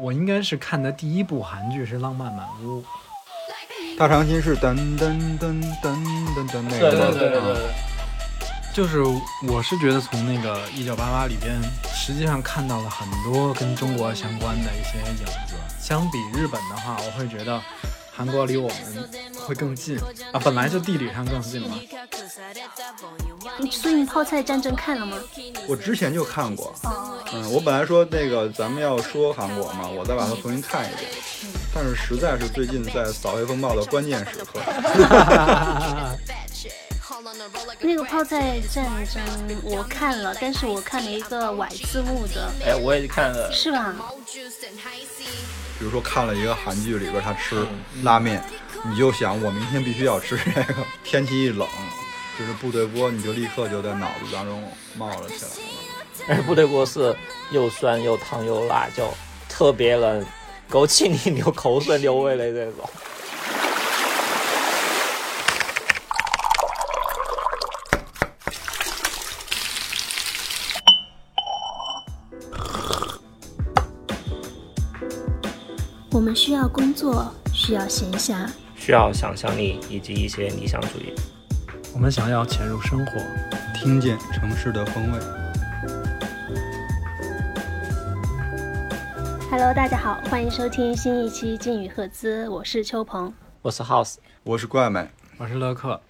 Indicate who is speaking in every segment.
Speaker 1: 我应该是看的第一部韩剧是《浪漫满屋》，
Speaker 2: 大长今是噔噔噔噔噔噔那个
Speaker 3: 对对
Speaker 2: 吗
Speaker 3: 对对对
Speaker 2: 啊
Speaker 3: 对，
Speaker 1: 就是我是觉得从那个《一九八八》里边，实际上看到了很多跟中国相关的一些影子。相比日本的话，我会觉得韩国离我们会更近啊，本来就地理上更近嘛。
Speaker 4: 你最近《泡菜战争》看了吗？
Speaker 2: 我之前就看过。
Speaker 4: 哦，
Speaker 2: 嗯，我本来说那个咱们要说韩国嘛，我再把它重新看一遍，
Speaker 4: 嗯
Speaker 2: 但是实在是最近在扫黑风暴的关键时刻，
Speaker 4: 那个《泡菜战争》我看了，但是我看了一个崴字幕的，
Speaker 3: 哎，我也看了，
Speaker 4: 是吧？
Speaker 2: 比如说看了一个韩剧里边他吃拉面，
Speaker 4: 嗯
Speaker 2: 你就想我明天必须要吃这个，天气一冷，就是部队锅，你就立刻就在脑子当中冒了起来。
Speaker 3: 而哎部队锅是又酸又烫又辣，就特别能勾起你流口水、流味蕾这种。
Speaker 4: 我们需要工作，需要闲暇，
Speaker 3: 需要想象力以及一些理想主义。
Speaker 1: 我们想要潜入生活，
Speaker 2: 听见城市的风味，
Speaker 4: Hello，大家好，欢迎收听新一期《金宇赫兹》，我是秋鹏。
Speaker 3: 我是 House，
Speaker 2: 我是怪美，
Speaker 1: 我是乐克。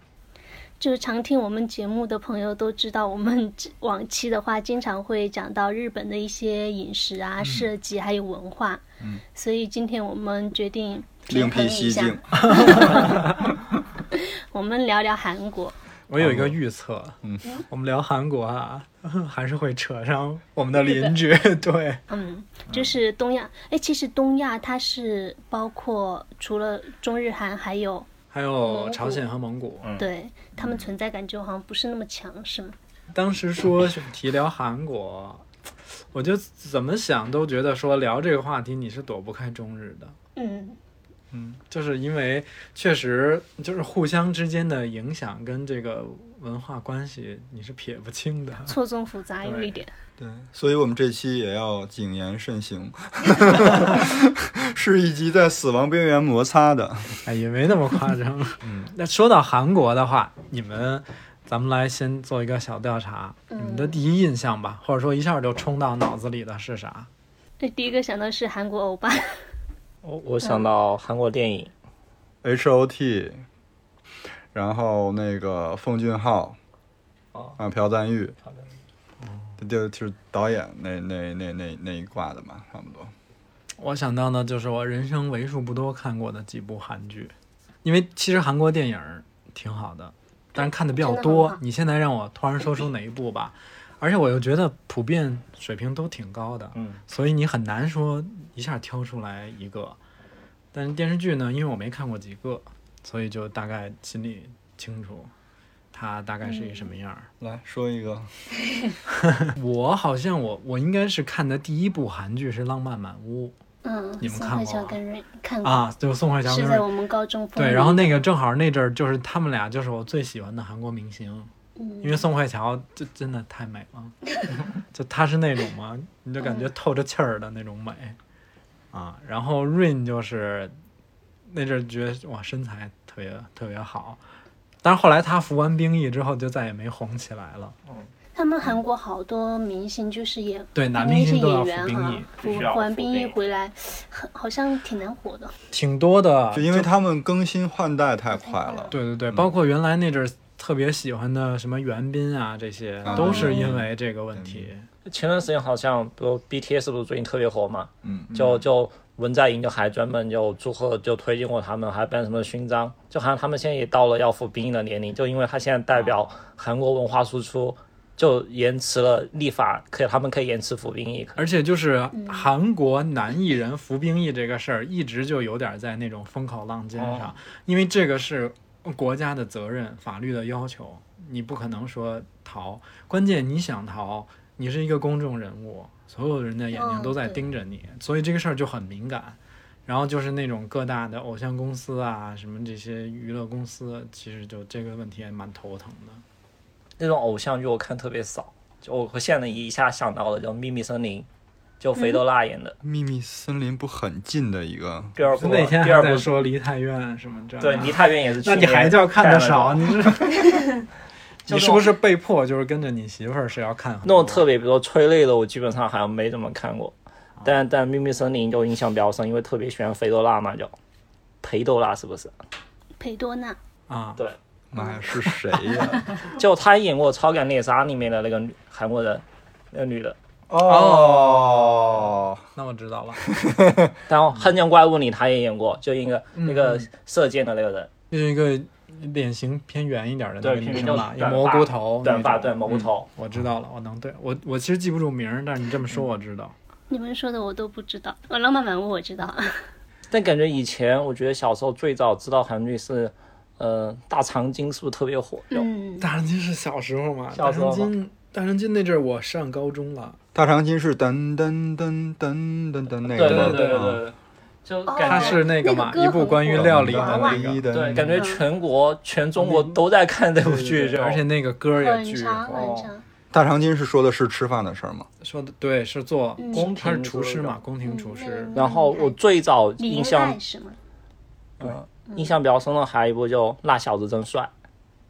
Speaker 4: 就是常听我们节目的朋友都知道，我们 这往期的话经常会讲到日本的一些饮食啊、设计还有文化。嗯，所以今天我们决定
Speaker 2: 另
Speaker 4: 平衡
Speaker 2: 辟蹊
Speaker 4: 一下，
Speaker 2: 径。
Speaker 4: 我们聊聊韩国。
Speaker 1: 我有一个预测，嗯，我们聊韩国啊， 还是会扯上我们的邻居， 对，
Speaker 4: 嗯，就是东亚。哎，其实东亚它是包括除了中日韩，还有
Speaker 1: 还有朝鲜和蒙古。
Speaker 4: 对他们存在感就好像不是那么强，是吗？
Speaker 1: 当时说选题聊韩国，我就怎么想都觉得说聊这个话题你是躲不开中日的，
Speaker 4: 嗯，
Speaker 1: 嗯，就是因为确实就是互相之间的影响跟这个文化关系你是撇不清的。
Speaker 4: 错综复杂有
Speaker 1: 对
Speaker 4: 一点。
Speaker 2: 对，所以我们这期也要谨言慎行， 是一集在死亡边缘摩擦的。
Speaker 1: 哎，也没那么夸张。嗯， 那说到韩国的话，你们，咱们来先做一个小调查，你们的第一印象吧，或者说一下就冲到脑子里的是啥？
Speaker 4: 那第一个想到是韩国欧巴，
Speaker 3: 我哦我想到韩国电影，
Speaker 2: H O T，然后那个奉俊昊，
Speaker 3: 哦
Speaker 2: 啊，朴赞玉，这就就是导演那那那那那一挂的嘛，差不多。
Speaker 1: 我想到的就是我人生为数不多看过的几部韩剧，因为其实韩国电影儿挺好的，但是看的比较
Speaker 4: 真的很
Speaker 1: 多
Speaker 4: 好。
Speaker 1: 你现在让我突然说出哪一部吧，而且我又觉得普遍水平都挺高的，
Speaker 3: 嗯，
Speaker 1: 所以你很难说一下挑出来一个。但是电视剧呢，因为我没看过几个，所以就大概心里清楚它大概是一什么样儿。
Speaker 2: 来说一个，
Speaker 4: 嗯
Speaker 1: 我好像我我应该是看的第一部韩剧是《浪漫满屋
Speaker 4: 嗯，
Speaker 1: 你们
Speaker 4: 宋
Speaker 1: 看
Speaker 4: 慧
Speaker 1: 过
Speaker 4: 乔
Speaker 1: 吗
Speaker 4: 跟瑞看》过，
Speaker 1: 啊，就宋慧乔
Speaker 4: 是
Speaker 1: 跟
Speaker 4: 在
Speaker 1: 瑞
Speaker 4: 我们高中风靡
Speaker 1: 对，然后那个正好那阵儿就是他们俩就是我最喜欢的韩国明星，因为宋慧乔就真的太美了，就她是那种嘛，你就感觉透着气儿的那种美啊。然后 Rain 就是那阵儿觉得哇身材特别特别好，但是后来她服完兵役之后就再也没红起来了。
Speaker 4: 他们韩国好多明星就是也
Speaker 1: 对，男
Speaker 4: 明
Speaker 1: 明
Speaker 4: 星
Speaker 1: 星都要
Speaker 4: 演
Speaker 1: 服
Speaker 4: 员
Speaker 1: 兵
Speaker 4: 哈
Speaker 1: 役，，
Speaker 4: 服
Speaker 3: 必须要
Speaker 4: 完
Speaker 3: 服
Speaker 4: 兵
Speaker 3: 兵
Speaker 4: 役
Speaker 3: 役
Speaker 4: 回来，很好像挺难活的。
Speaker 1: 挺多的，
Speaker 2: 就因为嗯他们更新换代太快了。
Speaker 1: 对对对，包括原来那阵儿特别喜欢的什么袁彬啊，这些都是因为这个问题。
Speaker 3: 前段时间好像比如 BTS 不是最近特别火嘛，
Speaker 2: 嗯，
Speaker 3: 就就文在寅就还专门就祝贺就推荐过他们，还颁什么勋章，就好像他们现在也到了要服兵役的年龄，就因为他现在代表韩国文化输出，就延迟了立法，可以他们可以延迟服兵役。
Speaker 1: 而且就是韩国男艺人服兵役这个事儿，一直就有点在那种风口浪尖上，因为这个是国家的责任、法律的要求，你不可能说逃。关键你想逃，你是一个公众人物，所有人的眼睛
Speaker 4: 嗯
Speaker 1: 都在
Speaker 4: 对
Speaker 1: 盯着你，所以这个事儿就很敏感。然后就是那种各大的偶像公司啊，什么这些娱乐公司，其实就这个问题也蛮头疼的。
Speaker 3: 那种偶像剧我看特别少，就我现在一下想到了就《秘密森林》，就肥豆辣演的。
Speaker 2: 秘密森林不很近的一个，
Speaker 3: 第二
Speaker 1: 嗯
Speaker 3: 部，啊
Speaker 1: 那天
Speaker 3: 第
Speaker 1: 还
Speaker 3: 二
Speaker 1: 在
Speaker 3: 部
Speaker 1: 说离太远什么这，啊
Speaker 3: 对离太远也是去
Speaker 1: 那
Speaker 3: 年。
Speaker 1: 你还叫看的少？？你 是
Speaker 3: 就
Speaker 1: 你是不是被迫就是跟着你媳妇儿是要看很
Speaker 3: 那
Speaker 1: 多
Speaker 3: 种特别，比如说催泪的，我基本上好像没怎么看过。
Speaker 1: 哦
Speaker 3: 但但《秘密森林》就印象比较深，因为特别喜欢肥豆辣嘛，叫裴豆辣是不是？
Speaker 4: 裴多娜，
Speaker 1: 啊？
Speaker 3: 对，
Speaker 2: 妈呀，是谁 呀？
Speaker 3: 就她演过《超感猎杀》里面的那个女韩国人，那个女的。
Speaker 2: 哦，
Speaker 1: 那我知道了，
Speaker 3: 然后《悍将怪物》里她也演过，就一个、
Speaker 1: 嗯
Speaker 3: 那个射箭的那个人，
Speaker 1: 就是一个脸型偏圆一点的那
Speaker 3: 对
Speaker 1: 个女
Speaker 3: 偏
Speaker 1: 生
Speaker 3: 圆
Speaker 1: 吧，嗯
Speaker 3: 就
Speaker 1: 有
Speaker 3: 短
Speaker 1: 蘑
Speaker 3: 发
Speaker 1: 菇头那种，
Speaker 3: 短发对蘑菇头
Speaker 1: 嗯我知道了，我能对我我其实记不住名儿，但是你这么
Speaker 3: 嗯
Speaker 1: 说我知道。
Speaker 4: 你们说的我都不知道，我浪漫满屋我知道，
Speaker 3: 但感觉以前我觉得小时候最早知道韩剧是，呃，大长今是不是特别火？就
Speaker 4: 嗯，
Speaker 1: 大长今是小时候嘛，
Speaker 3: 小时候
Speaker 1: 大长今大长今那阵儿我上高中了，
Speaker 2: 大长今是噔噔噔噔噔噔那
Speaker 3: 对
Speaker 2: 个
Speaker 3: 对
Speaker 2: 吗
Speaker 3: 对对
Speaker 2: 啊
Speaker 3: 对，就
Speaker 1: 他
Speaker 3: 感觉、
Speaker 1: 是那个嘛，
Speaker 4: 那
Speaker 1: 一
Speaker 4: 个歌
Speaker 1: 部
Speaker 4: 很
Speaker 1: 关于
Speaker 4: 火
Speaker 1: 料理
Speaker 2: 噔
Speaker 1: 的
Speaker 4: 娃
Speaker 1: 那个
Speaker 2: 噔。噔
Speaker 3: 对，
Speaker 2: 噔
Speaker 3: 感觉全国全
Speaker 1: 嗯
Speaker 3: 中国都在看这部剧，就
Speaker 1: 而且那个歌儿也
Speaker 4: 很
Speaker 1: 巨
Speaker 4: 长
Speaker 1: 火，
Speaker 4: 很
Speaker 3: 哦
Speaker 4: 长，
Speaker 2: 大长今是说的是吃饭的事儿吗？
Speaker 1: 说的对是做
Speaker 4: 嗯
Speaker 3: 宫
Speaker 1: 他是
Speaker 3: 廷
Speaker 1: 厨
Speaker 3: 做
Speaker 1: 师
Speaker 3: 的
Speaker 1: 嘛，宫廷厨师
Speaker 4: 嗯
Speaker 3: 然后我最早
Speaker 4: 李
Speaker 3: 印
Speaker 4: 英
Speaker 3: 象
Speaker 4: 爱是吗？
Speaker 3: 嗯印象比较深的还有一部就《那小子真帅》，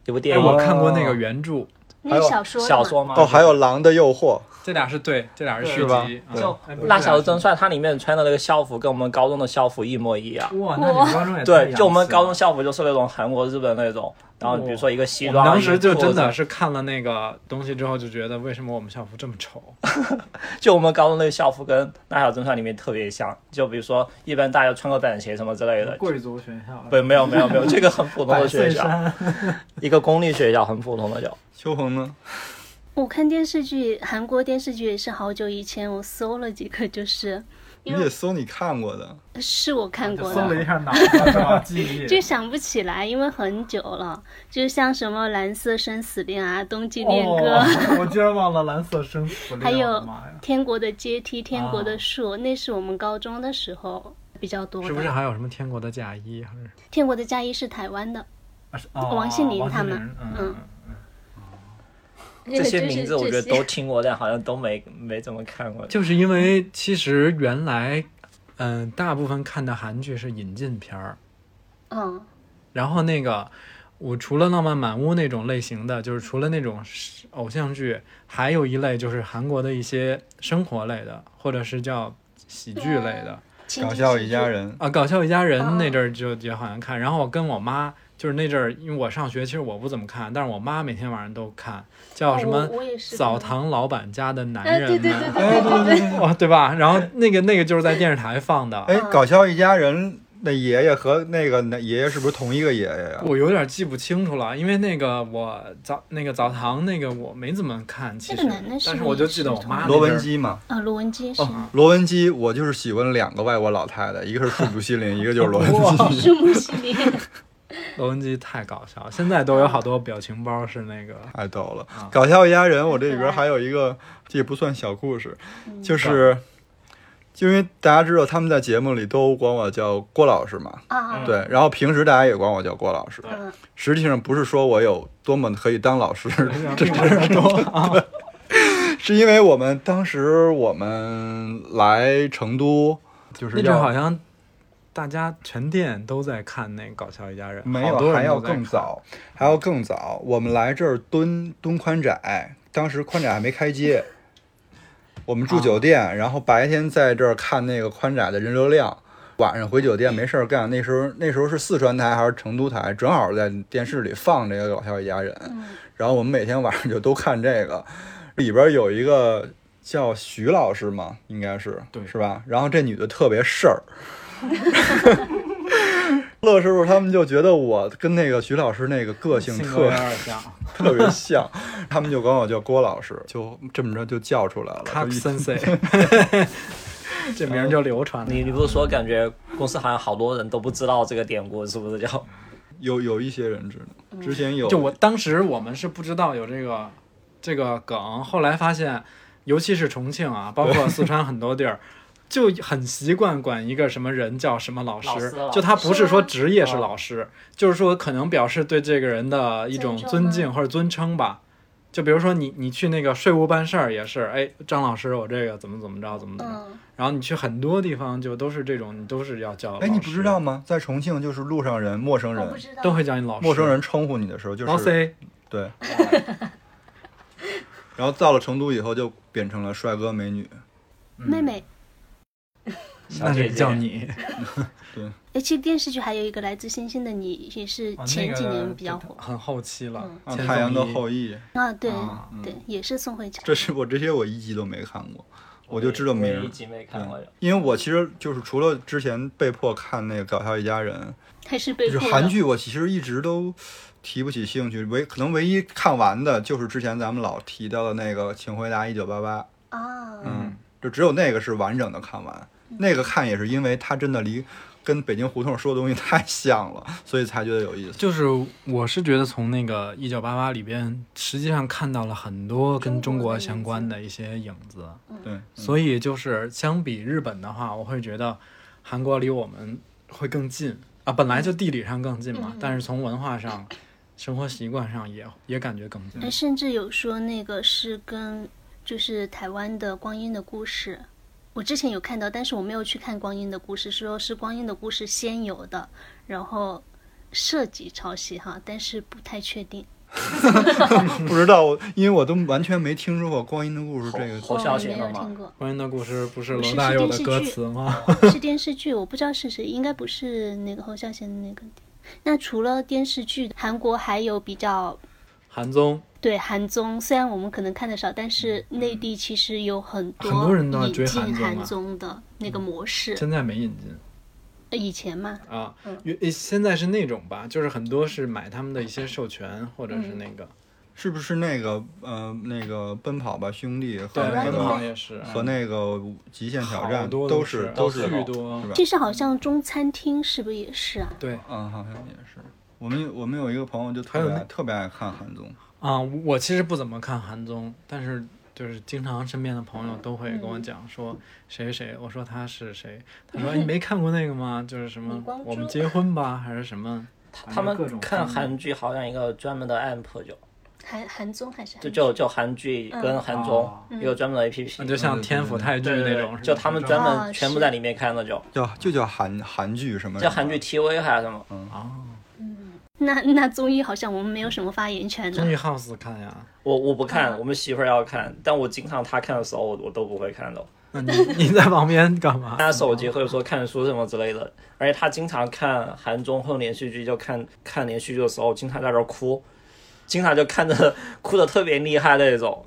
Speaker 3: 一部电
Speaker 1: 哎，
Speaker 3: 影，
Speaker 1: 我看过那个原著，
Speaker 4: 那是小说的
Speaker 3: 小
Speaker 4: 嘛
Speaker 3: 说嘛。
Speaker 2: 哦，还有《狼的诱惑
Speaker 1: 这俩是对，这俩是续
Speaker 2: 是吧
Speaker 1: 集。
Speaker 2: 对
Speaker 1: 啊
Speaker 3: 就
Speaker 1: 哎
Speaker 3: 《
Speaker 1: 不是
Speaker 3: 那
Speaker 1: 这
Speaker 3: 小
Speaker 1: 俩
Speaker 3: 子真帅》，它里面穿的那个校服跟我们高中的校服一模一样。
Speaker 1: 是哇，那你们高中也太
Speaker 3: 对，
Speaker 1: 洋
Speaker 3: 就我们
Speaker 1: 气啊
Speaker 3: 高
Speaker 1: 了
Speaker 3: 中校服就是那种韩国、日本那种，然后比如说一个西
Speaker 1: 我
Speaker 3: 装
Speaker 1: 们
Speaker 3: 啊，
Speaker 1: 当时
Speaker 3: 一个
Speaker 1: 就
Speaker 3: 裤子
Speaker 1: 真的，是看了那个东西之后，就觉得为什么我们校服这么 丑？
Speaker 3: 就我们高中那个校服跟《那小子真帅》里面特别像。就比如说，一般大家穿个板鞋什么之类的。
Speaker 1: 贵族学校，
Speaker 3: 不，没有没有没有，这个很普通
Speaker 1: 百
Speaker 3: 的
Speaker 1: 岁
Speaker 3: 学校，
Speaker 1: 山，
Speaker 3: 一个公立学校很普通的就。》。
Speaker 2: 修红呢？
Speaker 4: 我看电视剧，韩国电视剧也是好久以前，我搜了几个，就是
Speaker 2: 你得搜你看过的。
Speaker 4: 是我看过
Speaker 1: 啊搜了
Speaker 4: 的，
Speaker 1: 一下 脑子是吧？记
Speaker 4: 就
Speaker 1: 忆。
Speaker 4: 想不起来，因为很久了。就是像什么《蓝色生死恋》啊，《冬季恋歌》
Speaker 1: 哦， 我竟然忘了蓝色生死恋，
Speaker 4: 还有
Speaker 1: 我的妈呀
Speaker 4: 天国的阶梯》《天国的树》那是我们高中的时候比较多的。
Speaker 1: 是不是还有什么天国的嫁衣？还是
Speaker 4: 天国的嫁衣》是台湾的，
Speaker 1: 啊是哦
Speaker 4: 王心凌
Speaker 1: 王
Speaker 4: 他
Speaker 1: 心
Speaker 4: 们
Speaker 1: 凌嗯
Speaker 4: 嗯
Speaker 1: 嗯，
Speaker 3: 嗯这些名字我觉得
Speaker 4: 这
Speaker 3: 都
Speaker 4: 些
Speaker 3: 听过，但好像都没没怎么看 过。
Speaker 1: 就是因为其实原来，嗯、大部分看的韩剧是引进片儿，
Speaker 4: 嗯
Speaker 1: 然后那个我除了《浪漫满屋》那种类型的，就是除了那种是偶像剧，还有一类就是韩国的一些生活类的，或者是叫喜剧类的
Speaker 2: 搞笑一家人，
Speaker 1: 啊，《搞笑一家人
Speaker 4: 哦》
Speaker 1: 那阵儿就也好像看，然后我跟我妈。就是那阵儿，因为我上学，其实我不怎么看，但是我妈每天晚上都看，叫什么
Speaker 4: 哦我我也是
Speaker 1: 澡堂老板家的男
Speaker 4: 哎
Speaker 1: 人们，
Speaker 4: 对对对对对对对，
Speaker 1: 哦，对吧？然后那个那个就是在电视台放的，
Speaker 2: 哎，搞笑一家人那爷爷和那个那爷爷是不是同一个爷啊爷呀？
Speaker 1: 我有点记不清楚了，因为那个我澡那个澡堂那个我没怎么看，其
Speaker 4: 那
Speaker 1: 实，
Speaker 4: 个男的是
Speaker 1: 但是
Speaker 4: 不是
Speaker 1: 我就
Speaker 4: 也
Speaker 1: 记
Speaker 4: 是
Speaker 1: 得我
Speaker 4: 同
Speaker 1: 妈
Speaker 4: 一
Speaker 1: 那
Speaker 2: 罗
Speaker 1: 阵
Speaker 2: 文
Speaker 1: 儿
Speaker 2: 基嘛，
Speaker 4: 啊，罗文
Speaker 2: 哦
Speaker 4: 基是吗？
Speaker 2: 罗文基，我就是喜欢两个外国老太太，一个是树木希林，一个就是罗文基。
Speaker 4: 树木希林，
Speaker 1: 罗文基太搞笑了，现在都有好多表情包是那个
Speaker 2: 太逗了！
Speaker 1: 啊
Speaker 2: 搞笑一家人，我这里边还有一个，这也不算小故事，就是，就因为大家知道他们在节目里都管我叫郭老师嘛，
Speaker 4: 啊，
Speaker 1: 嗯
Speaker 2: 对，然后平时大家也管我叫郭老师，
Speaker 4: 嗯，
Speaker 2: 实际上不是说我有多么可以当老师，
Speaker 1: 这这 多
Speaker 2: 是因为我们当时我们来成都，就是
Speaker 1: 那阵儿好
Speaker 2: 要
Speaker 1: 像大家全店都在看那个《搞笑一家人》，
Speaker 2: 没
Speaker 1: 好多
Speaker 2: 有还
Speaker 1: 人
Speaker 2: 要
Speaker 1: 都在
Speaker 2: 更
Speaker 1: 看
Speaker 2: 早，还要更早，我们来这儿蹲蹲宽窄，当时宽窄还没开街，我们
Speaker 1: 啊
Speaker 2: 住酒店，然后白天在这儿看那个宽窄的人流量。晚上回酒店没事儿干，那时候那时候是四川台还是成都台，正好在电视里放这个《搞笑一家人》然后我们每天晚上就都看这个，里边有一个叫徐老师嘛，应该是
Speaker 1: 对
Speaker 2: 是吧？然后这女的特别事儿， 乐师傅他们就觉得我跟那个徐老师那个个性
Speaker 1: 性格有
Speaker 2: 特
Speaker 1: 点 像
Speaker 2: 特别像，他们就管我叫郭老师，就这么着就叫出来了。
Speaker 1: c
Speaker 2: 就
Speaker 1: u
Speaker 2: 一
Speaker 1: Sensei，这名儿就流传了。
Speaker 3: 你你不是说感觉公司好像好多人都不知道这个典故，是不是就？
Speaker 2: 有有一些人知
Speaker 4: 嗯
Speaker 2: 道，之前有
Speaker 1: 就我当时我们是不知道有这个这个梗，后来发现，尤其是重庆啊，包括四川很多地儿。就很习惯管一个什么人叫什么老师，
Speaker 3: 老师了嗯
Speaker 1: 就他不是说
Speaker 4: 是啊
Speaker 1: 职业是老师，就是说可能表示对这个人的一种
Speaker 4: 尊重
Speaker 1: 尊
Speaker 4: 吗
Speaker 1: 敬或者尊称吧。就比如说你你去那个税务办事儿也是，哎，张老师，我这个怎么怎么着，怎么怎么着。
Speaker 4: 嗯，
Speaker 1: 然后你去很多地方就都是这种，你都是要叫。
Speaker 2: 哎，你不知道？吗？在重庆，就是路上人、陌生
Speaker 4: 哦我不
Speaker 2: 人、
Speaker 4: 知道，
Speaker 1: 都会叫你老师。
Speaker 2: 陌生人称呼你的时候，就
Speaker 1: 老
Speaker 2: 是
Speaker 1: C，
Speaker 2: 对。然后到了成都以后，就变成了帅哥美女。嗯
Speaker 4: 妹妹。
Speaker 3: 小
Speaker 1: 嗯那
Speaker 3: 姐
Speaker 1: 就
Speaker 3: 姐
Speaker 1: 叫你。
Speaker 4: 哎，其实电视剧还有一个《来自星星的你》，也是
Speaker 2: 哦
Speaker 1: 啊
Speaker 4: 前
Speaker 1: 那
Speaker 4: 几
Speaker 1: 个
Speaker 4: 年比较
Speaker 1: 就
Speaker 4: 火嗯
Speaker 1: 很后期了。
Speaker 2: 啊，
Speaker 1: 千
Speaker 2: 太阳的
Speaker 1: 颂伊
Speaker 2: 后裔，
Speaker 4: 啊，对
Speaker 1: 啊
Speaker 4: 对，也是宋慧乔。
Speaker 2: 哦嗯这是我这些我一集都没看过，我就知道名
Speaker 3: 每一
Speaker 2: 儿。
Speaker 3: 集没看过。
Speaker 2: 因为我其实就是除了之前被迫看那个《搞笑一家人
Speaker 4: 还是被》，
Speaker 2: 就是
Speaker 4: 迫
Speaker 2: 韩
Speaker 4: 的
Speaker 2: 剧，我其实一直都提不起兴趣。唯可能唯一看完的就是之前咱们老提到的那个《请回答一九八八》，
Speaker 4: 啊，
Speaker 2: 嗯，就只有那个是完整的看完。那个看也是因为它真的离跟北京胡同说的东西 太像了，所以才觉得有意思。
Speaker 1: 就是我是觉得从那个一九八八里边，实际上看到了很多跟中国相关的一些影子，
Speaker 2: 对，嗯
Speaker 1: 所以就是相比日本的话，我会觉得韩国离我们会更近啊，本来就地理上更近嘛，
Speaker 4: 嗯
Speaker 1: 但是从文化上、生活习惯上也也感觉更近。
Speaker 4: 哎，甚至有说那个是跟就是台湾的《光阴的故事》，我之前有看到，但是我没有去看《光阴的故事》，说是《光阴的故事》先有的，然后涉及抄袭哈，但是不太确定。
Speaker 2: 不知道，我因为我都完全没听说过《光阴的故事》这个
Speaker 3: 侯
Speaker 4: 我
Speaker 3: 孝
Speaker 4: 嗯没
Speaker 3: 贤的
Speaker 4: 有
Speaker 3: 嘛
Speaker 4: 听，过，
Speaker 1: 关于的故事不是
Speaker 4: 不是
Speaker 1: 罗大佑的
Speaker 4: 是
Speaker 1: 歌
Speaker 4: 电视剧
Speaker 1: 词吗？
Speaker 4: 是电视剧，我不知道是谁，应该不是那个侯孝贤的那个。那除了电视剧，韩国还有比较
Speaker 1: 韩综
Speaker 4: 对韩综，虽然我们可能看的少，但是内地其实有很多
Speaker 1: 很多人都在
Speaker 4: 引
Speaker 1: 追
Speaker 4: 进
Speaker 1: 韩综啊
Speaker 4: 韩综的那个模式，
Speaker 1: 现在没引进。
Speaker 4: 呃以前嘛，
Speaker 1: 啊，
Speaker 3: 嗯
Speaker 1: 因为现在是那种吧，就是很多是买他们的一些授权，或者是
Speaker 3: 嗯
Speaker 1: 那个，
Speaker 2: 是不是那个呃那个《奔跑吧兄弟》和
Speaker 1: 对，
Speaker 2: 那
Speaker 1: 奔
Speaker 2: 个
Speaker 1: 跑也是，嗯
Speaker 2: 和那个《极限挑战
Speaker 1: 好》多
Speaker 2: 都
Speaker 1: 是哦
Speaker 2: 是都
Speaker 1: 巨
Speaker 2: 是
Speaker 1: 多
Speaker 2: 是吧？
Speaker 4: 其实好像中餐厅是不是也是啊？
Speaker 1: 对
Speaker 2: 嗯，好像也是。我们我们有一个朋友就
Speaker 1: 还
Speaker 2: 特
Speaker 1: 有
Speaker 2: 别
Speaker 1: 那
Speaker 2: 爱特别爱看韩综，
Speaker 1: 啊、我其实不怎么看韩综，但是就是经常身边的朋友都会跟
Speaker 3: 嗯
Speaker 1: 我讲说谁谁谁，我说他是谁， 他说哎你没看过那个吗？就是什么
Speaker 4: 李光洙
Speaker 1: 我们结婚吧，还是什么？
Speaker 3: 他他
Speaker 1: 各种
Speaker 3: 们看
Speaker 1: 风格
Speaker 3: 韩剧好像一个专门的 app 就
Speaker 4: 韩韩综还是韩
Speaker 3: 就就就韩剧
Speaker 4: 嗯
Speaker 3: 跟韩综
Speaker 1: 哦
Speaker 3: 有专门的
Speaker 1: 那
Speaker 3: APP，
Speaker 1: 就像
Speaker 2: 对对
Speaker 1: 天府
Speaker 2: 对
Speaker 1: 泰剧
Speaker 3: 对对
Speaker 1: 那
Speaker 3: 对
Speaker 1: 种，
Speaker 3: 就他们专
Speaker 4: 啊
Speaker 3: 门全部
Speaker 4: 是
Speaker 3: 在里面看的就
Speaker 2: 叫就叫韩韩剧什么
Speaker 3: 叫
Speaker 2: 什么
Speaker 3: 韩剧 TV 还是什么，
Speaker 1: 啊，
Speaker 4: 那那综艺好像我们没有什么发言权
Speaker 1: 综
Speaker 4: 的。
Speaker 1: 艺 House 看呀，
Speaker 3: 我我不看，我们媳妇儿要看，但我经常她看的时候我我都不会看的，
Speaker 1: 那 你你在旁边干嘛？
Speaker 3: 她手机或者说看书什么之类的，而且她经常看韩综或者连续剧，就看看连续剧的时候经常在这儿哭，经常就看着 哭的特别厉害的那种，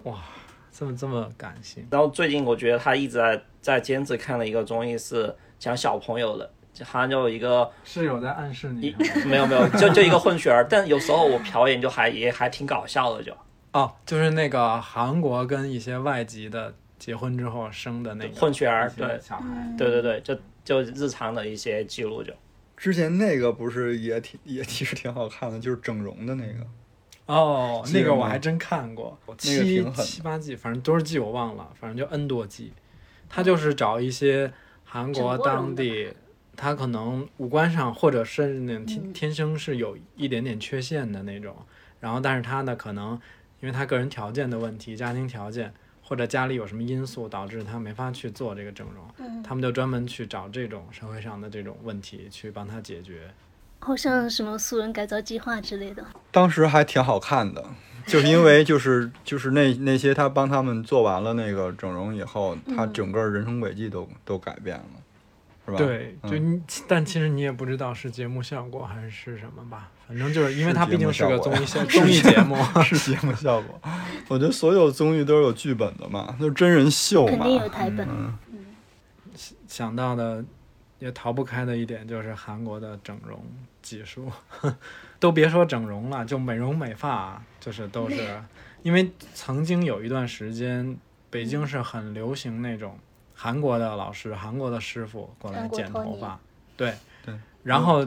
Speaker 1: 这么这么感性，
Speaker 3: 然后最近我觉得他一直在在坚持看的一个综艺是讲小朋友的，好像就有一个
Speaker 1: 是有在暗示
Speaker 3: 一
Speaker 1: 你
Speaker 3: 没有没有，就就一个混血儿，但有时候我瞟眼就还也还挺搞笑的就，
Speaker 1: 哦，就是那个韩国跟一些外籍的结婚之后生的那个
Speaker 3: 混血儿
Speaker 1: 一些
Speaker 3: 对
Speaker 1: 小孩。
Speaker 3: 对对对，就就日常的一些记录就，
Speaker 2: 之前那个不是也挺也其实挺好看的，就是整容的那个，
Speaker 1: 哦，
Speaker 2: 记
Speaker 1: 那
Speaker 2: 得
Speaker 1: 个我
Speaker 2: 吗
Speaker 1: 还真看过，
Speaker 2: 那个
Speaker 1: 七
Speaker 2: 挺狠的
Speaker 1: 七八季，反正多少季我忘了，反正就 N 多季。他就是找一些韩国当地，他可能五官上或者甚至天天生是有一点点缺陷的那种，然后但是他呢可能因为他个人条件的问题、家庭条件或者家里有什么因素导致他没法去做这个整
Speaker 4: 嗯
Speaker 1: 容，他们就专门去找这种社会上的这种问题去帮他解决。
Speaker 4: 好像什么素人改造计划之类的，
Speaker 2: 当时还挺好看的，就是因为就是就是那那些他帮他们做完了那个整容以后，他整个人生轨迹都都改变了，是吧？
Speaker 1: 对，
Speaker 2: 嗯
Speaker 1: 就你，但其实你也不知道是节目效果还是什么吧，反正就是因为
Speaker 2: 是
Speaker 1: 它毕
Speaker 2: 节目
Speaker 1: 竟是
Speaker 2: 效
Speaker 1: 个
Speaker 2: 果
Speaker 1: 综
Speaker 2: 呀
Speaker 1: 艺 节
Speaker 2: 是
Speaker 1: 综艺
Speaker 2: 节
Speaker 1: 节目，
Speaker 2: 是节目效果。我觉得所有综艺都是有剧本的嘛，就是真人秀
Speaker 4: 肯
Speaker 2: 嘛。
Speaker 4: 定有台本。
Speaker 1: 想到的也逃不开的一点就是韩国的整容技术， 都别说整容了，就美容美发，啊就是都是因为曾经有一段时间，北
Speaker 4: 嗯
Speaker 1: 京是很流行那种韩国的老师、韩国的师傅过来
Speaker 4: 韩国
Speaker 1: 剪
Speaker 4: 托
Speaker 1: 头
Speaker 4: 尼
Speaker 1: 发，对
Speaker 2: 对，
Speaker 1: 然后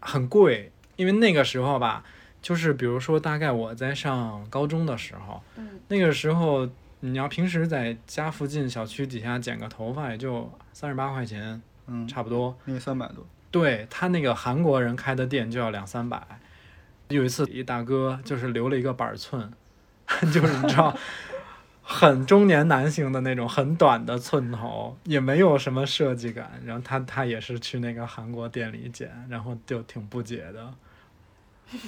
Speaker 1: 很贵，因为那个时候吧，就是比如说大概我在上高中的时候，
Speaker 4: 嗯
Speaker 1: 那个时候你要平时在家附近小区底下剪个头发，也就三十八块钱，
Speaker 2: 嗯，
Speaker 1: 差不多。
Speaker 2: 那个三百多，
Speaker 1: 对他那个韩国人开的店就要两三百。有一次，一大哥就是留了一个板寸， 就是你知道，很中年男性的那种很短的寸头，也没有什么设计感。然后他他也是去那个韩国店里剪，然后就挺不解的。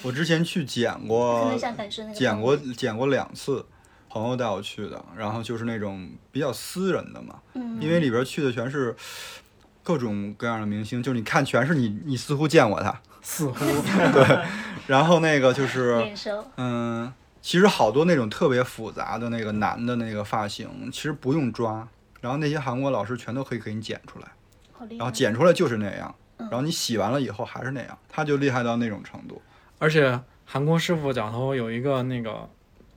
Speaker 2: 我之前去剪
Speaker 4: 可
Speaker 2: 过
Speaker 4: 能，想感受那
Speaker 2: 嗯
Speaker 4: 个
Speaker 2: 剪
Speaker 4: 氛
Speaker 2: 过
Speaker 4: 围，
Speaker 2: 剪过两次，朋友带我去的，然后就是那种比较私人的嘛，
Speaker 4: 嗯，
Speaker 2: 因为里边去的全是各种各样的明星，就是你看全是你，你似乎见过他，
Speaker 1: 似乎
Speaker 2: 然后那个就是
Speaker 4: 脸熟，
Speaker 2: 嗯。其实好多那种特别复杂的那个男的那个发型，其实不用抓，然后那些韩国老师全都可以给你剪出来。
Speaker 4: 好厉害。
Speaker 2: 然后剪出来就是那样，
Speaker 4: 哎嗯
Speaker 2: 然后你洗完了以后还是那样，他就厉害到那种程度。
Speaker 1: 而且韩国师傅绞头有一个那个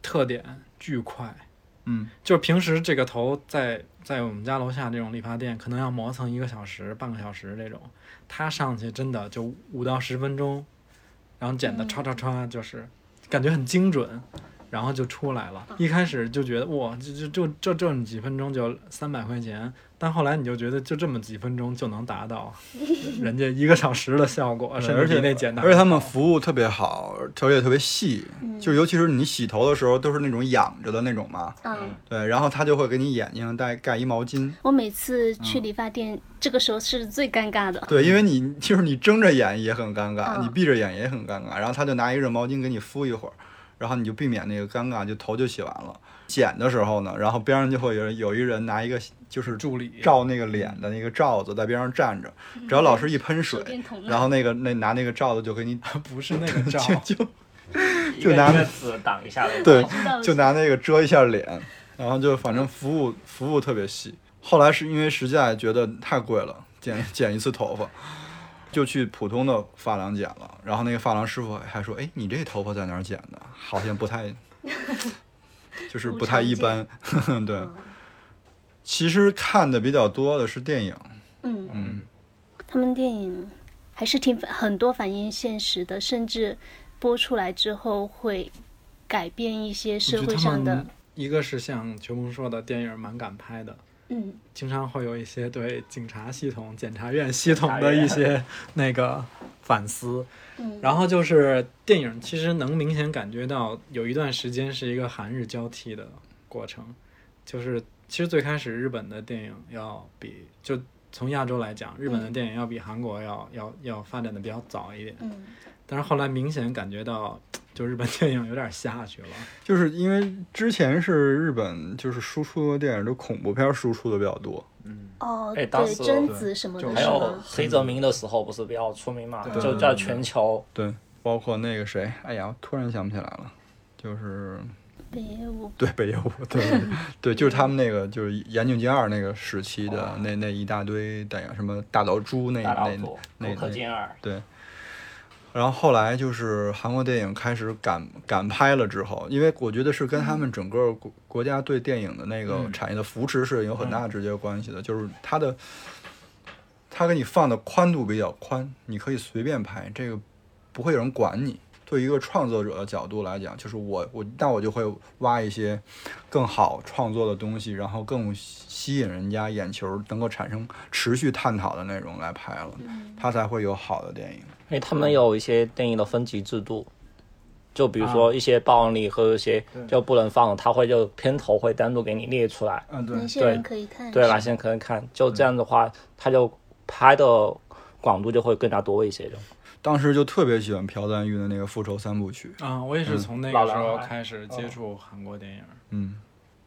Speaker 1: 特点，巨快。
Speaker 2: 嗯，
Speaker 1: 就是平时这个头在在我们家楼下这种理发店，可能要磨蹭一个小时、半个小时这种，他上去真的就五到十分钟，然后剪的唰唰唰，就是感觉很精准，然后就出来了。一开始就觉得哇，就就就就这么几分钟就三百块钱，但后来你就觉得就这么几分钟就能达到人家一个小时的效果，啊甚至比那简单。
Speaker 2: 而且他们服务特别好，而且特别细，
Speaker 4: 嗯
Speaker 2: 就是尤其是你洗头的时候都是那种仰着的那种嘛，
Speaker 4: 嗯，
Speaker 2: 对，然后他就会给你眼睛戴盖一毛巾，
Speaker 4: 我每次去理发店，这个时候是最尴尬的。
Speaker 2: 对，因为你就是你睁着眼也很尴尬，
Speaker 4: 嗯
Speaker 2: 你闭着眼也很尴尬，然后他就拿一热毛巾给你敷一会儿，然后你就避免那个尴尬，就头就洗完了。剪的时候呢，然后边上就会有人有一人拿一个就是
Speaker 1: 助理
Speaker 2: 照那个脸的那个罩子在边上站着，只要老师一喷水
Speaker 4: 嗯手，电筒呢
Speaker 2: 然后那个那拿那个罩子就给你
Speaker 1: 不是那 个照，
Speaker 2: 就就
Speaker 3: 一
Speaker 2: 就
Speaker 3: 个
Speaker 2: 拿
Speaker 3: 一个字挡一下的。
Speaker 2: 对
Speaker 4: 知道，
Speaker 2: 就拿那个遮一下脸，然后就反正服务服务特别细。后来是因为实在觉得太贵了，剪剪一次头发，就去普通的发廊剪了。然后那个发廊师傅还说：“哎，你这头发在哪儿剪的？好像不 太，就是不太一般。” 对，
Speaker 4: 嗯
Speaker 2: 其实看的比较多的是电影，
Speaker 4: 嗯，
Speaker 2: 嗯，
Speaker 4: 他们电影还是挺反很多反映现实的，甚至播出来之后会改变一些 社
Speaker 1: 我觉
Speaker 4: 会
Speaker 1: 得他
Speaker 4: 上
Speaker 1: 们
Speaker 4: 的，
Speaker 1: 一个是像球萌说的，电影蛮敢拍的，
Speaker 4: 嗯，
Speaker 1: 经常会有一些对警察系统、检察院系统的一些那个反思。
Speaker 4: 嗯
Speaker 1: 然后就是电影，其实能明显感觉到有一段时间是一个韩日交替的过程，就是其实最开始日本的电影要比就从亚洲来讲，日本的电影要比韩国要要要发展的比较早一点，
Speaker 4: 嗯，
Speaker 1: 但是后来明显感觉到，就日本电影有点下去了。
Speaker 2: 就是因为之前是日本就是输出的电影都恐怖片输出的比较多，
Speaker 4: 哦，
Speaker 3: 哎
Speaker 4: 对
Speaker 3: 当时，我
Speaker 4: 贞子什么的
Speaker 1: 就
Speaker 4: 吗，
Speaker 3: 还有黑泽明的时候不是比较出名嘛，
Speaker 1: 对
Speaker 3: 就在全球
Speaker 2: 对，包括那个谁，哎呀，我突然想不起来了，就是
Speaker 4: 北野武，
Speaker 2: 对北野武，对对对，就是他们那个就是岩井俊二那个时期的那那一大堆电影，什么大岛猪那
Speaker 3: 大
Speaker 2: 那
Speaker 3: 岛渚、
Speaker 2: 那
Speaker 3: 古可
Speaker 2: 那，
Speaker 3: 健二，
Speaker 2: 对。然后后来就是韩国电影开始敢敢拍了之后，因为我觉得是跟他们整个国国家对电影的那个产业的扶持是有很大直接关系的，就是它的它给你放的宽度比较宽，你可以随便拍，这个不会有人管你。对于一个创作者的角度来讲，就是我我那我就会挖一些更好创作的东西，然后更吸引人家眼球，能够产生持续探讨的内容来拍了，它才会有好的电影。
Speaker 3: 因为他们有一些电影的分级制度，就比如
Speaker 1: 啊
Speaker 3: 说一些暴力和一些就不能放，他会就片头会单独给你列出
Speaker 1: 啊
Speaker 3: 来，
Speaker 2: 嗯，对
Speaker 4: 哪些
Speaker 3: 对
Speaker 4: 人可以看？
Speaker 3: 对哪些人可能看，就这样的话，他就拍的广度就会更加多一些，就
Speaker 2: 当时就特别喜欢朴赞郁的那个《复仇三部曲》，
Speaker 1: 啊、我也是从那
Speaker 3: 老
Speaker 1: 个时
Speaker 3: 男
Speaker 1: 候
Speaker 3: 孩
Speaker 1: 开始接触韩国电影。
Speaker 2: 嗯，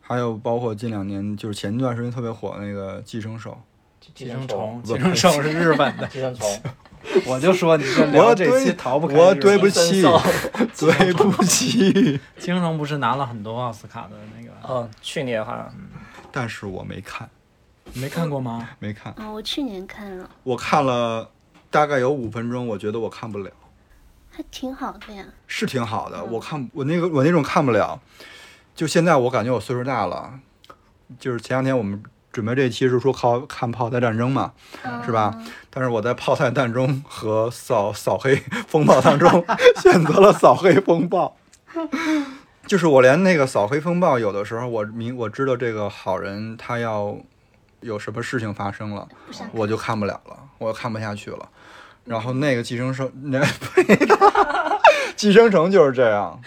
Speaker 2: 还有包括近两年就是前段时间特别火的那个《寄生兽》，
Speaker 1: 寄生虫，
Speaker 2: 不
Speaker 1: 寄 生兽是日本的，
Speaker 3: 寄生虫，
Speaker 1: 我就说你这
Speaker 2: 我
Speaker 1: 聊这期
Speaker 2: 对
Speaker 1: 逃不开日本。
Speaker 2: 我对不
Speaker 3: 寄
Speaker 2: 起
Speaker 3: 生，
Speaker 2: 对不起，
Speaker 1: 寄生虫不是拿了很多奥斯卡的那个，
Speaker 3: 嗯，去年哈，
Speaker 2: 但是我没看，
Speaker 1: 你没看过 吗？
Speaker 2: 没看，
Speaker 4: 啊，我去年看了，
Speaker 2: 我看了大概有五分钟，我觉得我看不了。
Speaker 4: 还挺好的呀。
Speaker 2: 是挺好
Speaker 4: 嗯
Speaker 2: 的。我看我那个我那种看不了，就现在我感觉我岁数大了，就是前两天我们准备这一期是说靠看炮台战争嘛，
Speaker 4: 嗯
Speaker 2: 是吧？但是我在炮台战争和扫扫黑风暴当中 选择了扫黑风暴。就是我连那个扫黑风暴，有的时候我明我知道这个好人他要有什么事情发生了，
Speaker 4: 不想看
Speaker 2: 我就看不了了，我看不下去了。然后那个寄生兽，那寄生虫就是这样，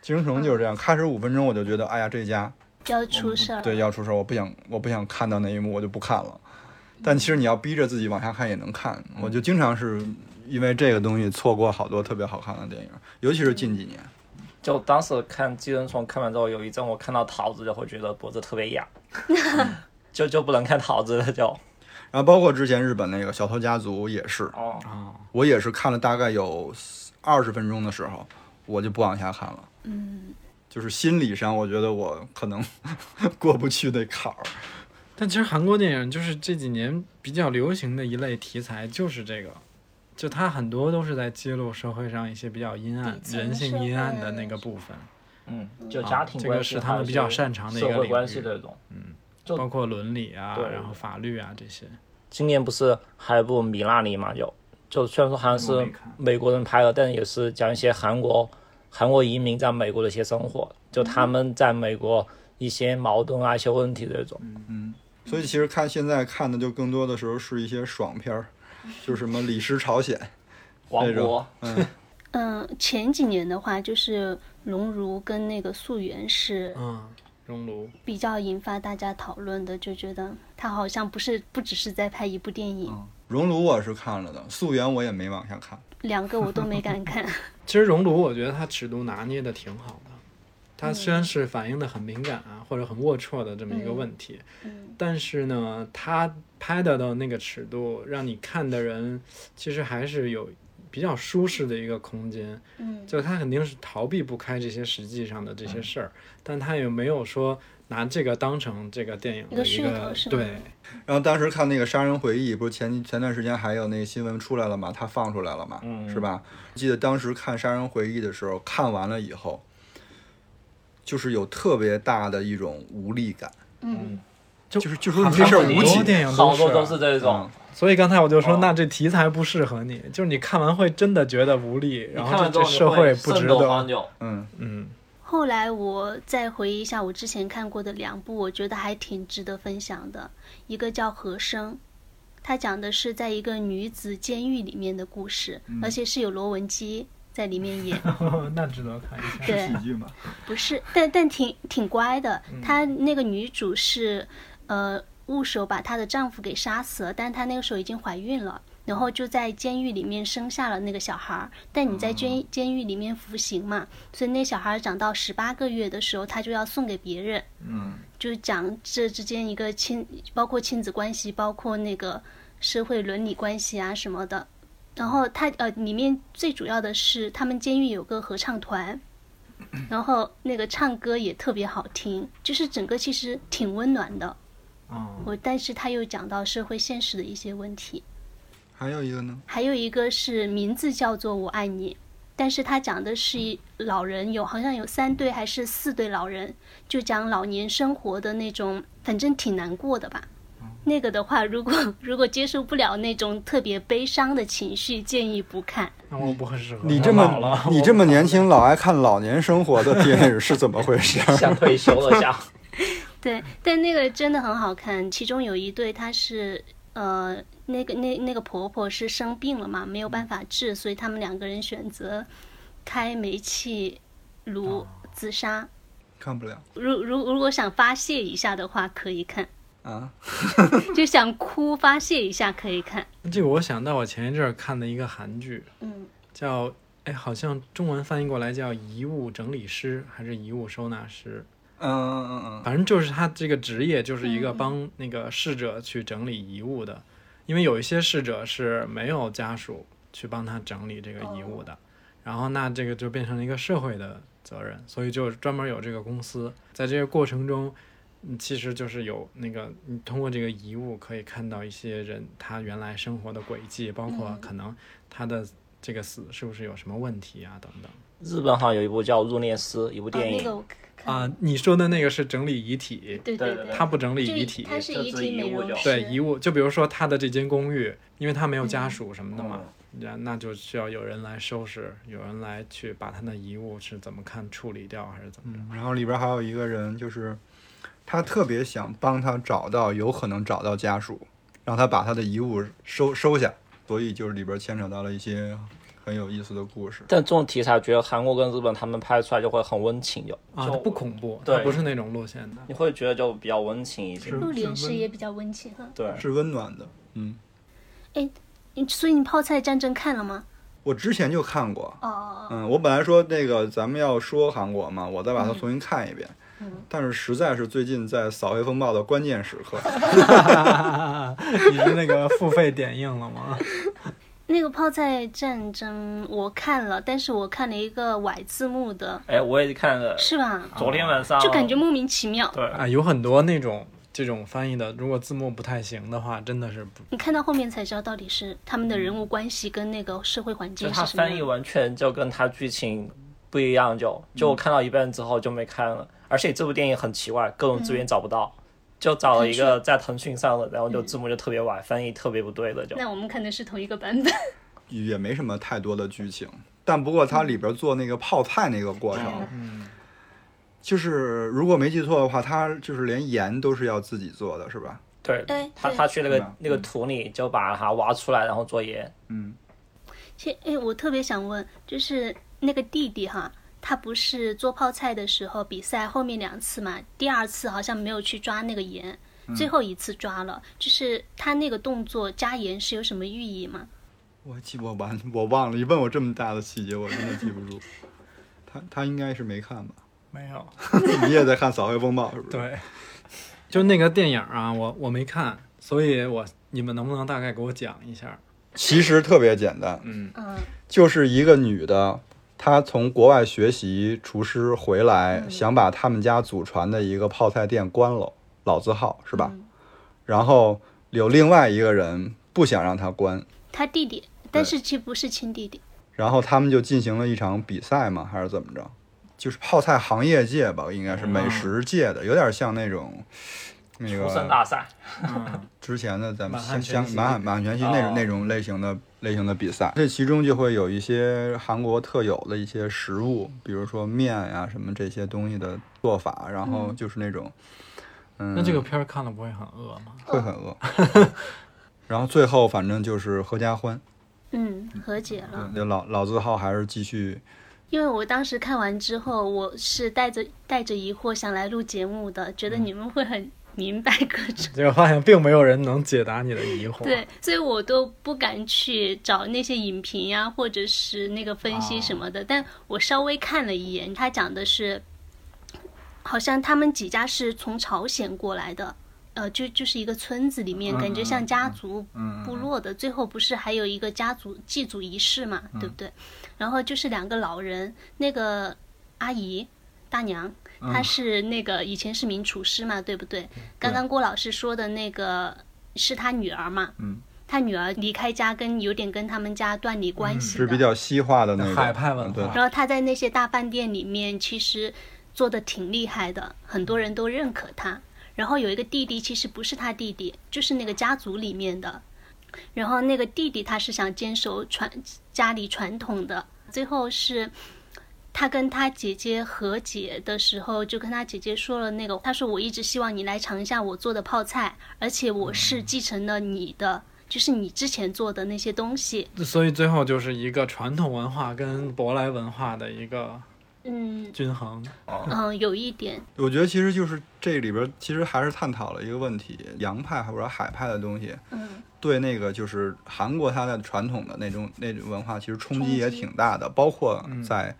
Speaker 2: 寄生虫就是这样，开始五分钟我就觉得，哎呀，这家
Speaker 4: 要出事儿，
Speaker 2: 对要出事儿，我不想我不想看到那一幕，我就不看了。但其实你要逼着自己往下看也能看，我就经常是因为这个东西错过好多特别好看的电影，尤其是近几年。
Speaker 3: 就当时看《寄生虫》看完之后，有一阵我看到桃子就会觉得脖子特别 痒，就就不能看桃子了就。
Speaker 2: 然后包括之前日本那个《小偷家族》也是，
Speaker 3: 哦，
Speaker 2: 我也是看了大概有二十分钟的时候，我就不往下看了。嗯，就是心理上我觉得我可能 过不去那坎儿。
Speaker 1: 但其实韩国电影就是这几年比较流行的一类题材，就是这个，就它很多都是在揭露社会上一些比较阴暗、
Speaker 4: 底层
Speaker 1: 人性阴暗的
Speaker 4: 社会
Speaker 1: 那个部分，
Speaker 3: 嗯，就家庭
Speaker 1: 啊这
Speaker 3: 关
Speaker 1: 个
Speaker 3: 系、
Speaker 1: 是他们比较擅长的一
Speaker 3: 社
Speaker 1: 个
Speaker 3: 会
Speaker 1: 领
Speaker 3: 关系这
Speaker 1: 域，
Speaker 3: 种。就
Speaker 1: 包括伦理啊
Speaker 3: 对，
Speaker 1: 然后法律啊这些。
Speaker 3: 今年不是还有一部《米拉里》嘛？有，就虽然说好像
Speaker 1: 我
Speaker 3: 是
Speaker 1: 没看
Speaker 3: 美国人拍的，但也是讲一些韩国韩国移民在美国的一些生活，就他们在美国一些矛盾啊、一些问题这种。
Speaker 1: 嗯
Speaker 2: 所以其实看现在看的就更多的时候是一些爽片儿，就是什么《李尸朝鲜》
Speaker 3: 王
Speaker 2: 这种
Speaker 3: 国，
Speaker 4: 嗯，前几年的话，就是龙如跟那个素媛是
Speaker 1: 嗯，熔炉。
Speaker 4: 比较引发大家讨论的，就觉得他好像不是不只是在拍一部电影，
Speaker 2: 《熔炉》，我是看了的，《溯源》我也没往下看。
Speaker 4: 两个我都没敢看。
Speaker 1: 其实《熔炉》我觉得它尺度拿捏的挺好的，它虽
Speaker 4: 嗯
Speaker 1: 然是反映的很敏感啊，或者很龌龊的这么一个问题，
Speaker 4: 嗯
Speaker 1: 但是呢，它拍的的那个尺度，让你看的人其实还是有比较舒适的一个空间。
Speaker 4: 嗯，
Speaker 1: 就他肯定是逃避不开这些实际上的这
Speaker 3: 嗯
Speaker 1: 些事儿，但他也没有说拿这个当成这个电影
Speaker 4: 一
Speaker 1: 的
Speaker 4: 个
Speaker 1: 一
Speaker 4: 噱
Speaker 1: 个
Speaker 4: 头是吗
Speaker 1: 对，
Speaker 2: 然后当时看那个《杀人回忆》，不是前前段时间还有那个新闻出来了嘛，他放出来了嘛，
Speaker 1: 嗯
Speaker 2: 是吧？记得当时看《杀人回忆》的时候，看完了以后，就是有特别大的一种无力感，
Speaker 4: 嗯，
Speaker 1: 就
Speaker 2: 就是就说
Speaker 1: 好
Speaker 2: 你这事儿
Speaker 1: 像
Speaker 2: 无
Speaker 1: 很多
Speaker 2: 解。
Speaker 1: 电影
Speaker 3: 好多
Speaker 1: 都啊嗯
Speaker 3: 都是这种。
Speaker 1: 所以刚才我就说，
Speaker 3: 哦
Speaker 1: 那这题材不适合你，就是你看完会真的觉得无力，
Speaker 3: 你
Speaker 1: 然
Speaker 3: 看
Speaker 1: 后
Speaker 3: 完之
Speaker 1: 这
Speaker 3: 后
Speaker 1: 这社
Speaker 3: 你会
Speaker 1: 会不
Speaker 3: 慎
Speaker 1: 值
Speaker 3: 重很
Speaker 1: 得。
Speaker 3: 久。
Speaker 2: 嗯，
Speaker 1: 嗯，
Speaker 4: 后来我再回忆一下我之前看过的两部，我觉得还挺值得分享的。一个叫《和声》，它讲的是在一个女子监狱里面的故事，而且是有罗文基在里面演。
Speaker 1: 那值得看 一下。
Speaker 4: 对，
Speaker 2: 剧嘛，
Speaker 4: 不是，但但挺挺乖的。她那个女主是，呃，误手把她的丈夫给杀死了，但她那个时候已经怀孕了，然后就在监狱里面生下了那个小孩儿。但你在监监狱里面服刑嘛，所以那小孩儿长到十八个月的时候，他就要送给别人。
Speaker 2: 嗯，
Speaker 4: 就是讲这之间一个亲，包括亲子关系，包括那个社会伦理关系啊什么的。然后他呃，里面最主要的是他们监狱有个合唱团，然后那个唱歌也特别好听，就是整个其实挺温暖的。
Speaker 1: 嗯，
Speaker 4: 我但是他又讲到社会现实的一些问题。
Speaker 2: 还有一个呢，
Speaker 4: 还有一个是名字叫做《我爱你》，但是它讲的是一老人有好像有三对还是四对老人，就讲老年生活的那种，反正挺难过的吧。那个的话，如果如果接受不了那种特别悲伤的情绪，建议不看。
Speaker 1: 那我不合适合。
Speaker 2: 你这
Speaker 1: 我老
Speaker 2: 么
Speaker 1: 了，
Speaker 2: 你这么年轻，老爱看老年生活的电影是怎么回事？
Speaker 3: 想退休 了想，
Speaker 4: 对，但那个真的很好看。其中有一对，她是呃，那个那那个婆婆是生病了嘛，没有办法治，所以他们两个人选择开煤气炉自杀。
Speaker 2: 看不了
Speaker 4: 如如如果想发泄一下的话，可以看；
Speaker 2: 啊，
Speaker 4: 就想哭发泄一下，可以看。
Speaker 1: 这个我想到我前一阵儿看的一个韩剧，
Speaker 4: 嗯，
Speaker 1: 叫哎，好像中文翻译过来叫《遗物整理师》还是《遗物收纳师
Speaker 2: 嗯嗯》，嗯
Speaker 1: 反正就是他这个职业就是一
Speaker 4: 嗯
Speaker 1: 个帮那个逝者去整理遗物的，因为有一些逝者是没有家属去帮他整理这个遗物
Speaker 4: 哦
Speaker 1: 的，然后那这个就变成了一个社会的责任，所以就专门有这个公司，在这个过程中。嗯其实就是有那个，你通过这个遗物可以看到一些人他原来生活的轨迹，包括
Speaker 4: 嗯
Speaker 1: 可能他的这个死是不是有什么问题啊等等。
Speaker 3: 日本好像有一部叫《入殓师》，一部
Speaker 4: 哦，
Speaker 3: 电
Speaker 4: 那
Speaker 3: 影
Speaker 4: 个，我看，
Speaker 1: 啊，你说的那个是整理遗体，
Speaker 4: 对
Speaker 3: 对对
Speaker 4: 对，
Speaker 1: 他不整理
Speaker 4: 就
Speaker 1: 遗体，
Speaker 4: 他是
Speaker 3: 就
Speaker 4: 遗
Speaker 3: 是
Speaker 4: 体
Speaker 3: 遗
Speaker 4: 美
Speaker 3: 物
Speaker 4: 容
Speaker 3: 就
Speaker 4: 师，
Speaker 1: 对遗物，就比如说他的这间公寓，因为他没有家属什么的嘛，
Speaker 2: 嗯
Speaker 3: 嗯
Speaker 1: 那那就需要有人来收拾，有人来去把他的遗物是怎么看处理掉，还是怎么着？
Speaker 2: 嗯，然后里边还有一个人，就是他特别想帮他找到，有可能找到家属，让他把他的遗物收收下，所以就是里边牵扯到了一些很有意思的故事。
Speaker 3: 但这种题材，觉得韩国跟日本他们拍出来就会很温情，就
Speaker 1: 啊，它
Speaker 3: 就
Speaker 1: 不恐怖，
Speaker 3: 对
Speaker 1: 它不是那种路线的。
Speaker 3: 你会觉得就比较温情一些
Speaker 2: 是。
Speaker 4: 露脸式也比较温情哈。
Speaker 3: 对，
Speaker 2: 是温暖的。嗯，
Speaker 4: 你嗯所以你泡菜战争看了吗？
Speaker 2: 我之前就看过。
Speaker 4: 哦哦哦，
Speaker 2: 嗯，我本来说那个咱们要说韩国嘛，我再
Speaker 4: 嗯
Speaker 2: 把它重新看一遍。但是实在是最近在扫黑风暴的关键时刻，
Speaker 1: 你是那个付费点映了吗？
Speaker 4: 那个泡菜战争我看了，但是我看了一个崴字幕的，
Speaker 3: 哎，我也看了，呃
Speaker 4: 是吧？
Speaker 3: 昨天晚上
Speaker 4: 就感觉莫名其妙。
Speaker 3: 对，
Speaker 1: 啊，有很多那种这种翻译的，如果字幕不太行的话，真的是不
Speaker 4: 你看到后面才知道到底是他们的人物关系跟那个社会环
Speaker 3: 就
Speaker 4: 境
Speaker 3: 它
Speaker 4: 是什么
Speaker 3: 翻译
Speaker 4: 样。
Speaker 3: 完全就跟它剧情不一样就，
Speaker 2: 嗯
Speaker 3: 就我看到一半之后就没看了。而且这部电影很奇怪，各种资源找不到，
Speaker 2: 嗯
Speaker 3: 就找了一个在腾讯上的，然后就字幕就特别歪，翻译特别不对的就。
Speaker 4: 那我们可能是同一个版本。
Speaker 2: 也没什么太多的剧情。但不过它里边做那个泡菜那个过程，
Speaker 1: 嗯，
Speaker 2: 就是如果没记错的话，它就是连盐都是要自己做的，是吧？
Speaker 3: 对
Speaker 4: 对，
Speaker 3: 他他去那个
Speaker 2: 对吧
Speaker 3: 那个土里就把它挖出来，然后做盐。
Speaker 2: 嗯，
Speaker 4: 其实，哎，我特别想问，就是那个弟弟哈，他不是做泡菜的时候比赛后面两次嘛，第二次好像没有去抓那个盐，
Speaker 3: 嗯
Speaker 4: 最后一次抓了，就是他那个动作加盐是有什么寓意吗？
Speaker 2: 我记我完我忘了，一问我这么大的细节，我真的记不住。他他应该是没看吧？
Speaker 1: 没有。
Speaker 2: 你也在看《扫黑风暴》是 不是？
Speaker 1: 对，就那个电影啊，我我没看，所以我你们能不能大概给我讲一下？
Speaker 2: 其实特别简单，
Speaker 1: 嗯
Speaker 4: 嗯，
Speaker 2: 就是一个女的，她从国外学习厨师回来，想把他们家祖传的一个泡菜店关了，老字号是吧？
Speaker 4: 嗯
Speaker 2: 然后有另外一个人不想让她关，
Speaker 4: 他弟弟，但是其实不是亲弟弟。
Speaker 2: 然后他们就进行了一场比赛嘛，还是怎么着？就是泡菜行业界吧，应
Speaker 3: 啊
Speaker 2: 该是美食界的，有点像那种那
Speaker 3: 厨神
Speaker 2: 个
Speaker 3: 大赛，
Speaker 1: 嗯，
Speaker 2: 之前的咱们
Speaker 1: 满汉
Speaker 2: 香
Speaker 1: 全
Speaker 2: 香
Speaker 1: 席
Speaker 2: 满汉满汉全席那种、
Speaker 3: 哦
Speaker 2: 那种类型的类型的比赛，这其中就会有一些韩国特有的一些食物，比如说面呀、什么这些东西的做法，然后就是那种，嗯，
Speaker 1: 那这个片儿看了不会很饿 吗？
Speaker 2: 会很饿。然后最后反正就是合家欢，
Speaker 4: 嗯，和解了。
Speaker 2: 就老老字号还是继续
Speaker 4: 因为我当时看完之后，我是带着带着疑惑想来录节目的，觉得你们会很明白各种。
Speaker 1: 结果发现并没有人能解答你的疑惑。
Speaker 4: 对，所以我都不敢去找那些影评呀、或者是那个分析什么的。但我稍微看了一眼，他讲的是，好像他们几家是从朝鲜过来的，呃，就就是一个村子里面，感觉像家族部落的。最后不是还有一个家族祭祖仪式嘛，对不对？然后就是两个老人，那个阿姨大娘。
Speaker 2: 嗯
Speaker 4: 她是那个以前是名厨师嘛，对不对？刚刚郭老师说的那个是他女儿嘛，
Speaker 2: 嗯，
Speaker 4: 他女儿离开家跟有点跟他们家断离关系的，
Speaker 2: 嗯是比较西化的那种嗯
Speaker 1: 海派文化
Speaker 2: 对，
Speaker 4: 然后他在那些大饭店里面其实做的挺厉害的，很多人都认可他。然后有一个弟弟，其实不是他弟弟，就是那个家族里面的。然后那个弟弟他是想坚守传家里传统的，最后是他跟他姐姐和解的时候，就跟他姐姐说了那个，他说我一直希望你来尝一下我做的泡菜，而且我是继承了你的，就是你之前做的那些东西。
Speaker 1: 所以最后就是一个传统文化跟舶来文化的一个
Speaker 4: 嗯
Speaker 1: 均衡。
Speaker 4: 嗯，有一点，
Speaker 2: 我觉得其实就是这里边其实还是探讨了一个问题，洋派或者海派的东西，
Speaker 4: 嗯
Speaker 2: 对那个就是韩国它的传统的那种那种文化，其实冲
Speaker 4: 冲
Speaker 2: 击也
Speaker 4: 击
Speaker 2: 挺大的，包括
Speaker 1: 嗯
Speaker 2: 在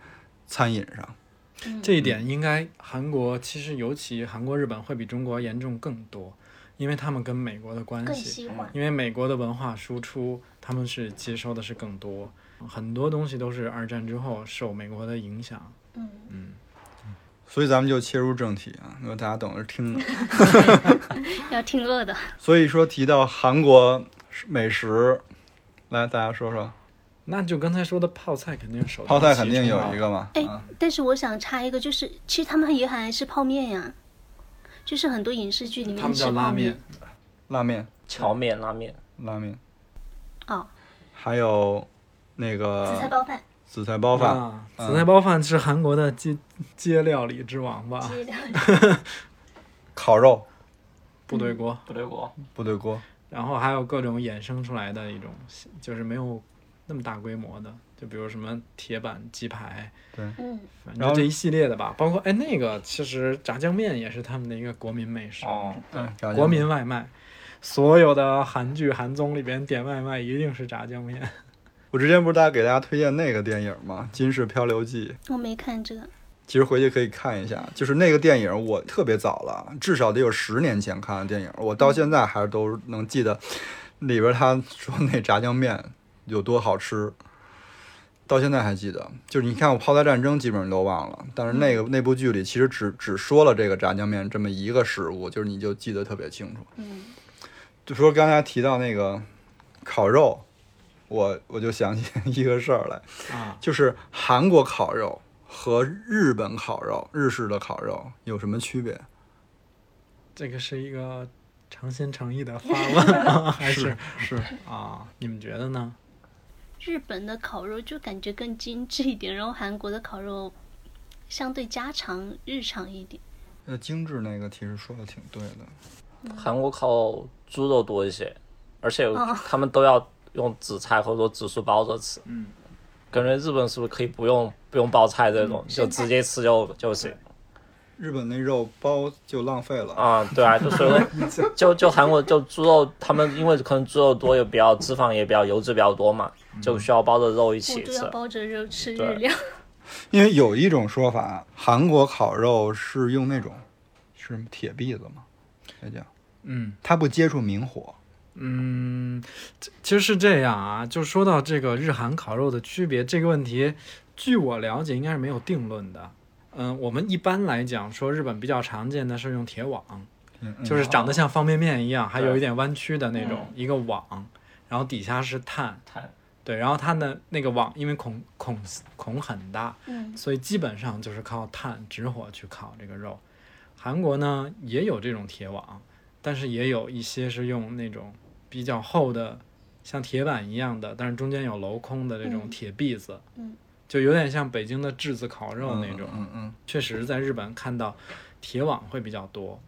Speaker 2: 餐饮上。
Speaker 1: 这一点应该韩国其实尤其韩国、日本会比中国严重更多，因为他们跟美国的关
Speaker 4: 更
Speaker 1: 系，
Speaker 4: 西化。
Speaker 1: 因为美国的文化输出，他们是接收的是更多，很多东西都是二战之后受美国的影响。
Speaker 4: 嗯，
Speaker 2: 所以咱们就切入正题啊，因为大家等着听呢。
Speaker 4: 要听饿的。
Speaker 2: 所以说提到韩国美食，来大家说说，
Speaker 1: 那就刚才说的泡菜肯定首当
Speaker 2: 泡菜肯定
Speaker 1: 其冲
Speaker 2: 有
Speaker 1: 啊
Speaker 2: 一个嘛，
Speaker 4: 哎
Speaker 2: 啊，
Speaker 4: 但是我想插一个，就是其实他们也很爱吃泡面呀，就是很多影视剧里
Speaker 1: 他
Speaker 4: 面
Speaker 1: 们
Speaker 4: 吃
Speaker 1: 叫
Speaker 4: 泡
Speaker 1: 拉面。，
Speaker 2: 拉面，
Speaker 3: 荞面拉面，
Speaker 2: 拉面，
Speaker 4: 哦，
Speaker 2: 还有那
Speaker 1: 呃
Speaker 4: 紫菜
Speaker 2: 个
Speaker 4: 包饭，
Speaker 2: 紫菜包饭，嗯
Speaker 1: 啊，紫菜包饭是韩国的街街料理之王吧？
Speaker 4: 鸡 蛋
Speaker 2: 烤肉，
Speaker 1: 部队
Speaker 4: 嗯
Speaker 1: 锅，
Speaker 3: 部队锅，
Speaker 2: 部队锅，
Speaker 1: 然后还有各种衍生出来的一种，就是没有那么大规模的，就比如什么铁板鸡排，
Speaker 2: 对，
Speaker 4: 嗯，
Speaker 1: 反
Speaker 2: 然
Speaker 1: 正
Speaker 2: 后
Speaker 1: 这一系列的吧，包括哎那个其实炸酱面也是他们的一个国民美食，
Speaker 3: 哦，
Speaker 2: 嗯，炸酱
Speaker 1: 国
Speaker 2: 面
Speaker 1: 民外卖。所有的韩剧、韩综里边点外卖一定是炸酱面，
Speaker 2: 我之前不是大家给大家推荐那个电影吗？《金氏漂流记》，
Speaker 4: 我没看这个，
Speaker 2: 其实回去可以看一下，就是那个电影，我特别早了，至少得有十年前看的电影，我到现在还是都能记得里边他说那炸酱面有多好吃，到现在还记得。就是你看我《泡菜战争》基本上都忘了，但是那个、那部剧里其实只只说了这个炸酱面这么一个食物，就是你就记得特别清楚。
Speaker 4: 嗯，
Speaker 2: 就说刚才提到那个烤肉，我我就想起 一个事儿来。
Speaker 1: 啊，
Speaker 2: 就是韩国烤肉和日本烤肉、日式的烤肉有什么区别？
Speaker 1: 这个是一个诚心诚意的发问 吗？还是
Speaker 2: 是
Speaker 1: 啊？你们觉得呢？
Speaker 4: 日本的烤肉就感觉更精致一点，然后韩国的烤肉相对家常日常一点。
Speaker 2: 呃，精致那个其实说的挺对的，
Speaker 3: 韩国烤猪肉多一些，而且
Speaker 4: 哦
Speaker 3: 他们都要用紫菜或者说紫苏包着吃。
Speaker 1: 嗯，
Speaker 3: 感觉日本是不是可以不用不用包菜这
Speaker 1: 嗯
Speaker 3: 种，就直接吃就就行
Speaker 2: 日本那肉包就浪费了。
Speaker 3: 啊、对啊，就 所以就就韩国就猪肉，他们因为可能猪肉多，也比较脂肪也比较油脂比较多嘛，
Speaker 1: 嗯
Speaker 3: 就需要包着肉一
Speaker 4: 我
Speaker 3: 起
Speaker 4: 都
Speaker 3: 吃
Speaker 4: 要。包着肉吃日
Speaker 3: 对
Speaker 4: 料，
Speaker 2: 因为有一种说法，韩国烤肉是用那种是铁篦子吗？这叫
Speaker 1: 嗯
Speaker 2: 它不接触明火。
Speaker 1: 嗯，这其实是这样啊，就说到这个日韩烤肉的区别这个问题，据我了解应该是没有定论的。嗯，我们一般来讲说日本比较常见的是用铁网，
Speaker 2: 嗯嗯
Speaker 1: 就是长得像方便面一样，还有一点弯曲的那种
Speaker 3: 嗯
Speaker 1: 一个网，然后底下是碳，
Speaker 3: 碳
Speaker 1: 对，然后它的那个网因为孔孔孔很大，
Speaker 4: 嗯，
Speaker 1: 所以基本上就是靠炭直火去烤这个肉。韩国呢也有这种铁网，但是也有一些是用那种比较厚的，像铁板一样的，但是中间有镂空的这种
Speaker 4: 嗯
Speaker 1: 铁篦子，
Speaker 4: 嗯
Speaker 1: 就有点像北京的炙子烤肉那种。
Speaker 2: 嗯嗯
Speaker 1: 确实，在日本看到铁网会比较多，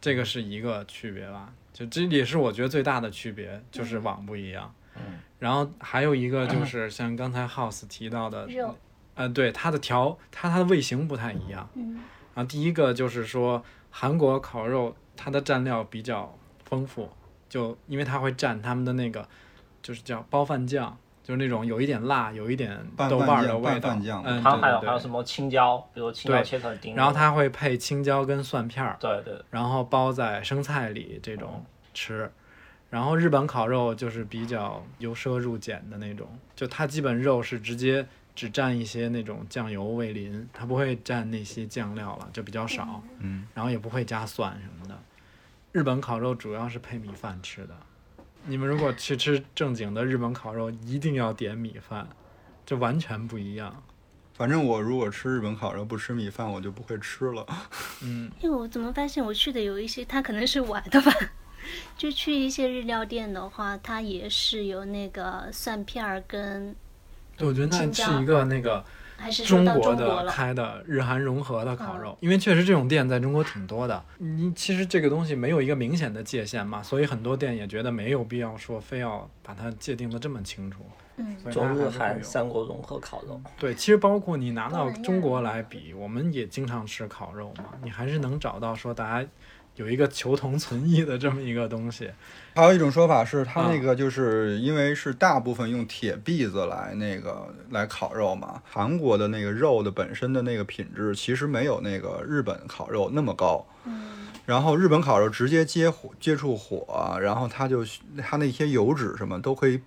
Speaker 1: 这个是一个区别吧。就这也是我觉得最大的区别，就是网不一样。
Speaker 3: 嗯
Speaker 1: 然后还有一个就是像刚才 House 提到的
Speaker 4: 肉，
Speaker 1: 呃，对它的调，它它的味型不太一样。
Speaker 4: 嗯
Speaker 1: 然后第一个就是说，韩国烤肉它的蘸料比较丰富，就因为它会蘸他们的那个，就是叫包饭酱，就是那种有一点辣，有一点
Speaker 2: 拌
Speaker 1: 豆
Speaker 2: 饭
Speaker 1: 瓣儿的
Speaker 2: 酱
Speaker 1: 味
Speaker 2: 拌
Speaker 1: 道
Speaker 2: 饭酱。
Speaker 1: 嗯，
Speaker 3: 还有
Speaker 1: 对
Speaker 3: 还有
Speaker 1: 对
Speaker 3: 还有
Speaker 1: 对
Speaker 3: 什么青椒，比如青椒
Speaker 1: 对
Speaker 3: 切成丁。
Speaker 1: 然后它会配青椒跟蒜片儿，
Speaker 3: 对对
Speaker 1: 然后包在生菜里这种吃。然后日本烤肉就是比较由奢入俭的那种，就它基本肉是直接只蘸一些那种酱油、味淋，它不会蘸那些酱料了，就比较少，
Speaker 2: 嗯，
Speaker 1: 然后也不会加蒜什么的。日本烤肉主要是配米饭吃的，你们如果去吃正经的日本烤肉，一定要点米饭，这完全不一样。
Speaker 2: 反正我如果吃日本烤肉不吃米饭，我就不会吃了。
Speaker 1: 嗯，
Speaker 4: 因为我怎么发现我去的有一些，它可能是玩的吧。 就去一些日料店的话，它也是有那个蒜片儿跟，
Speaker 1: 对，我觉得那
Speaker 4: 青椒
Speaker 1: 是一个那个。
Speaker 4: 还是说
Speaker 1: 中
Speaker 4: 到
Speaker 1: 国
Speaker 4: 中国
Speaker 1: 的
Speaker 4: 了，嗯
Speaker 1: 开的日韩融合的烤肉，因为确实这种店在中国挺多的。你其实这个东西没有一个明显的界限嘛，所以很多店也觉得没有必要说非要把它界定的这么清楚。
Speaker 4: 嗯
Speaker 1: 所以
Speaker 3: 中
Speaker 1: 它
Speaker 3: 日
Speaker 1: 还
Speaker 3: 韩
Speaker 1: 是会有
Speaker 3: 三国融合烤肉，
Speaker 1: 对，其实包括你拿
Speaker 4: 东
Speaker 1: 到
Speaker 4: 南亚
Speaker 1: 中国来比，我们也经常吃烤肉嘛，你还是能找到说大家有一个求同存异的这么一个东西。
Speaker 2: 还有一种说法是，它那个就是因为是大部分用铁篦子来那个来烤肉嘛，韩国的那个肉的本身的那个品质其实没有那个日本烤肉那么高。
Speaker 4: 嗯
Speaker 2: 然后日本烤肉直接接火接触火，然后它就它那些油脂什么都可以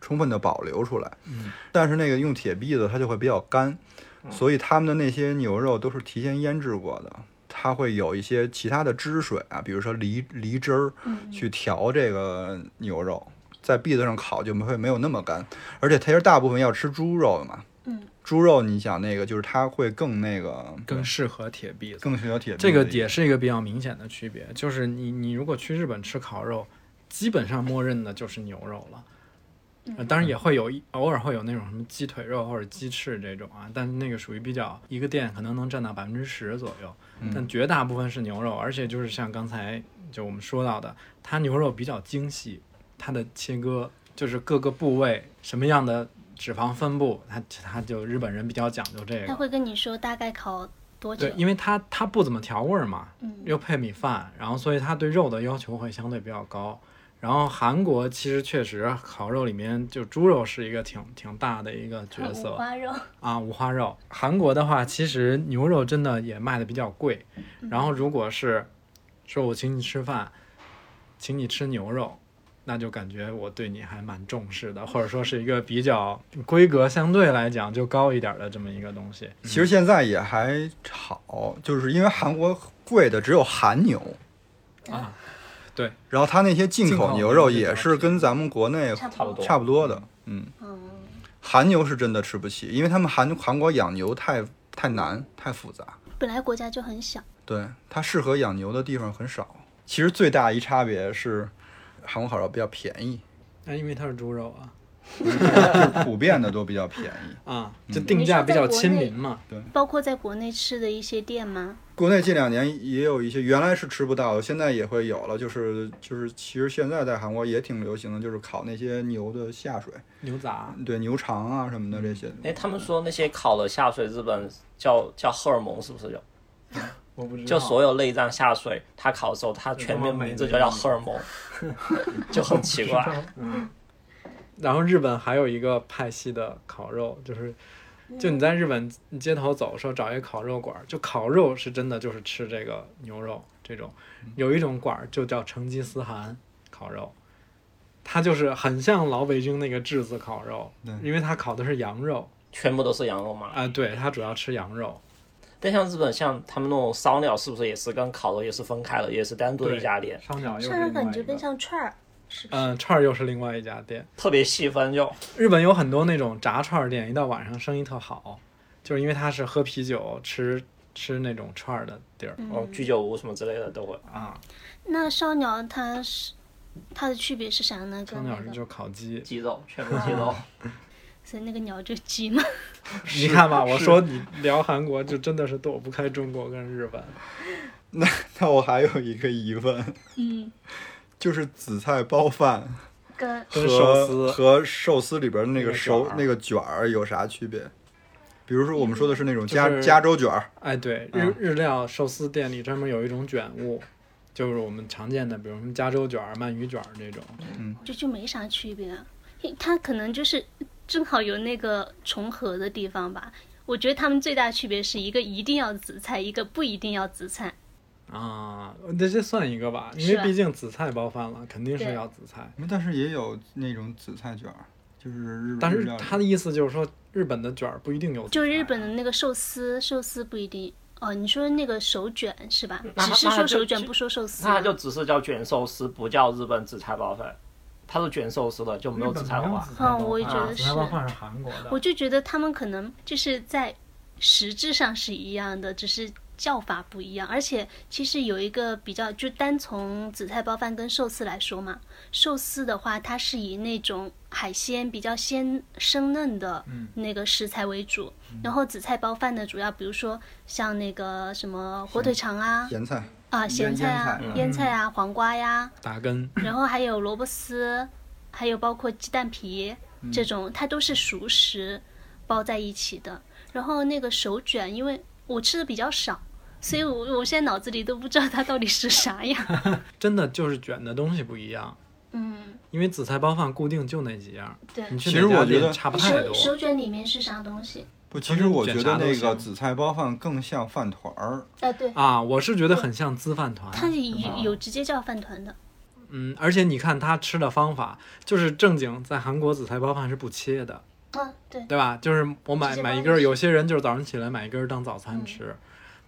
Speaker 2: 充分的保留出来。
Speaker 1: 嗯，
Speaker 2: 但是那个用铁篦子它就会比较干，所以他们的那些牛肉都是提前腌制过的，它会有一些其他的汁水啊，比如说梨梨汁儿。
Speaker 4: 嗯
Speaker 2: 去调这个牛肉，在篦子上烤就没会没有那么干，而且其实大部分要吃猪肉的嘛，
Speaker 4: 嗯，
Speaker 2: 猪肉你想那个就是它会更那个
Speaker 1: 更适合铁篦子。
Speaker 2: 更需要铁篦子
Speaker 1: 这个
Speaker 2: 一点
Speaker 1: 也是一个比较明显的区别，就是你你如果去日本吃烤肉，基本上默认的就是牛肉了。呃当然也会有一偶尔会有那种什么鸡腿肉或者鸡翅这种啊，但是那个属于比较一个店可能能占到百分之十左右，
Speaker 2: 嗯
Speaker 1: 但绝大部分是牛肉，而且就是像刚才就我们说到的，它牛肉比较精细，它的切割就是各个部位什么样的脂肪分布，他他就日本人比较讲究这
Speaker 4: 他
Speaker 1: 个。
Speaker 4: 会跟你说大概烤多久
Speaker 1: 对，，因为他他不怎么调味儿嘛，
Speaker 4: 啊嗯，
Speaker 1: 又配米饭，然后所以他对肉的要求会相对比较高。然后韩国其实确实烤肉里面就猪肉是一个挺挺大的一个角色
Speaker 4: 五花肉，
Speaker 1: 啊，五花肉。韩国的话，其实牛肉真的也卖的比较贵。
Speaker 4: 嗯
Speaker 1: 然后如果是说我请你吃饭，请你吃牛肉，那就感觉我对你还蛮重视的，或者说是一个比较规格相对来讲就高一点的这么一个东西。嗯
Speaker 2: 其实现在也还好，就是因为韩国贵的只有韩牛
Speaker 1: 啊，对。
Speaker 2: 然后它那些进口牛肉也是跟咱们国内
Speaker 4: 差
Speaker 3: 差不多
Speaker 2: 差不多的，嗯，
Speaker 4: 嗯，
Speaker 2: 韩牛是真的吃不起，因为他们韩韩国养牛太太难太复杂，
Speaker 4: 本来国家就很小，
Speaker 2: 对它适合养牛的地方很少。其实最大一差别是，韩国烤肉比较便宜，
Speaker 1: 那、因为它是猪肉啊。
Speaker 2: 就是普遍的都比较便宜。
Speaker 1: 啊，就定价比较亲民嘛。
Speaker 4: 包括在国内吃的一些店吗？
Speaker 2: 国内近两年也有一些原来是吃不到的，现在也会有了。就是就是，其实现在在韩国也挺流行的，就是烤那些牛的下水，
Speaker 1: 牛杂
Speaker 2: 对牛肠啊什么的这
Speaker 1: 嗯
Speaker 2: 些。
Speaker 3: 哎，他们说那些烤了下水，日本叫叫荷尔蒙是不是有？
Speaker 1: 我不知道，
Speaker 3: 就所有内脏下水，它烤的时候，它全名名字就叫荷尔蒙， 就很奇怪。
Speaker 1: 嗯然后日本还有一个派系的烤肉，就是就你在日本街头走，说找一个烤肉馆儿，就烤肉是真的就是吃这个牛肉这种，有一种馆儿就叫成吉思汗烤肉。它就是很像老北京那个炙子烤肉，因为它烤的是羊肉
Speaker 3: 全部都是羊肉嘛
Speaker 1: 啊、。对，它主要吃羊肉，
Speaker 3: 但像日本，像他们那种烧鸟，是不是也是跟烤肉也是分开了，也是单独的一家店，
Speaker 1: 烧鸟又是
Speaker 4: 上上
Speaker 1: 另
Speaker 4: 感
Speaker 1: 外
Speaker 4: 觉
Speaker 1: 一
Speaker 4: 更
Speaker 1: 个，
Speaker 4: 像串儿，是不是？
Speaker 1: 嗯，串儿又是另外一家店，
Speaker 3: 特别细分就。
Speaker 1: 日本有很多那种炸串儿店，一到晚上生意特好，就是因为它是喝啤酒、吃吃那种串儿的地儿
Speaker 3: 嗯，居酒屋什么之类的都会。
Speaker 1: 啊。
Speaker 4: 那烧鸟它是它的区别是啥呢？
Speaker 1: 香
Speaker 4: 跟
Speaker 1: 鸟
Speaker 4: 那
Speaker 1: 就
Speaker 4: 个，
Speaker 1: 是烤鸡，
Speaker 3: 鸡肉，全部鸡肉。
Speaker 4: 所以那个鸟就鸡嘛。
Speaker 1: 你看吧，我说你聊韩国就真的是躲不开中国跟日本。
Speaker 2: 那我还有一个疑问，
Speaker 4: 嗯，
Speaker 2: 就是紫菜包饭
Speaker 4: 跟
Speaker 1: 跟
Speaker 2: 和
Speaker 1: 寿司
Speaker 2: 和寿司里边的那
Speaker 1: 那
Speaker 2: 个
Speaker 1: 个
Speaker 2: 熟
Speaker 1: 卷儿嗯
Speaker 2: 那个卷儿有啥区别？比如说我们说的是那种
Speaker 1: 就
Speaker 2: 加、
Speaker 1: 是
Speaker 2: 加州卷儿，
Speaker 1: 哎，对，日、
Speaker 2: 嗯
Speaker 1: 日料寿司店里专门有一种卷物，就是我们常见的，比如什么加州卷儿、鳗鱼卷儿这种。
Speaker 4: 这 就没啥区别，啊嘿它可能就是正好有那个重合的地方吧。我觉得他们最大区别是一个一定要紫菜，一个不一定要紫菜。
Speaker 1: 啊，那这算一个吧，因
Speaker 4: 是
Speaker 1: 为
Speaker 4: 吧
Speaker 1: 毕竟紫菜包饭了，肯定是
Speaker 4: 对
Speaker 1: 要紫菜。
Speaker 2: 但是也有那种紫菜卷儿，就是日
Speaker 1: 但
Speaker 2: 日
Speaker 1: 是
Speaker 2: 料里
Speaker 1: 他的意思就是说，日本的卷儿不一定有紫菜。
Speaker 4: 就日本的那个寿司，寿司不一定哦。你说那个手卷是吧？
Speaker 3: 那
Speaker 4: 只是
Speaker 3: 那
Speaker 4: 说
Speaker 3: 就
Speaker 4: 手卷，
Speaker 3: 就
Speaker 4: 不说寿 司
Speaker 3: 那
Speaker 4: 嘛。
Speaker 3: 它就只是叫卷寿司，不叫日本紫菜包饭。它是卷寿司的，就没有紫菜包饭。
Speaker 4: 嗯我也觉得
Speaker 1: 啊紫菜包
Speaker 4: 是
Speaker 1: 饭是韩国的
Speaker 4: 我。就觉得他们可能就是在实质上是一样的，只是叫法不一样。而且其实有一个比较，就单从紫菜包饭跟寿司来说嘛，寿司的话，它是以那种海鲜比较鲜生嫩的
Speaker 3: 嗯
Speaker 4: 那个食材为主，然后紫菜包饭呢，主要比如说像那个什么火腿肠啊
Speaker 2: 咸菜，
Speaker 4: 啊咸
Speaker 2: 腌
Speaker 4: 菜啊
Speaker 2: 腌菜
Speaker 4: 腌菜啊黄瓜呀，
Speaker 1: 打根
Speaker 4: 然后还有萝卜丝，还有包括鸡蛋皮这种，它都是熟食包在一起的。然后那个手卷，因为我吃的比较少，所以我我现在脑子里都不知道它到底是啥样。
Speaker 1: 真的就是卷的东西不一样，
Speaker 4: 嗯，
Speaker 1: 因为紫菜包饭固定就那几样，
Speaker 4: 对。
Speaker 1: 你去
Speaker 2: 其实
Speaker 1: 哪家
Speaker 2: 我觉
Speaker 1: 店
Speaker 2: 得
Speaker 1: 差不太
Speaker 4: 手
Speaker 1: 多。
Speaker 4: 手卷里面是啥东西？
Speaker 2: 不，其实我觉
Speaker 1: 卷啥
Speaker 2: 得
Speaker 1: 都
Speaker 2: 那个
Speaker 1: 行
Speaker 2: 紫菜包饭更像饭团儿，
Speaker 4: 啊，对，
Speaker 1: 啊，我是觉得很像滋饭团，
Speaker 4: 它有有直接叫饭团的。
Speaker 1: 嗯，而且你看他吃的方法，就是正经在韩国紫菜包饭是不切的，
Speaker 4: 啊，对，
Speaker 1: 对吧？就是我买
Speaker 4: 直接包嗯
Speaker 1: 买一
Speaker 4: 着
Speaker 1: 根儿，
Speaker 4: 吃
Speaker 1: 有些人就是早上起来买一根儿当早餐吃，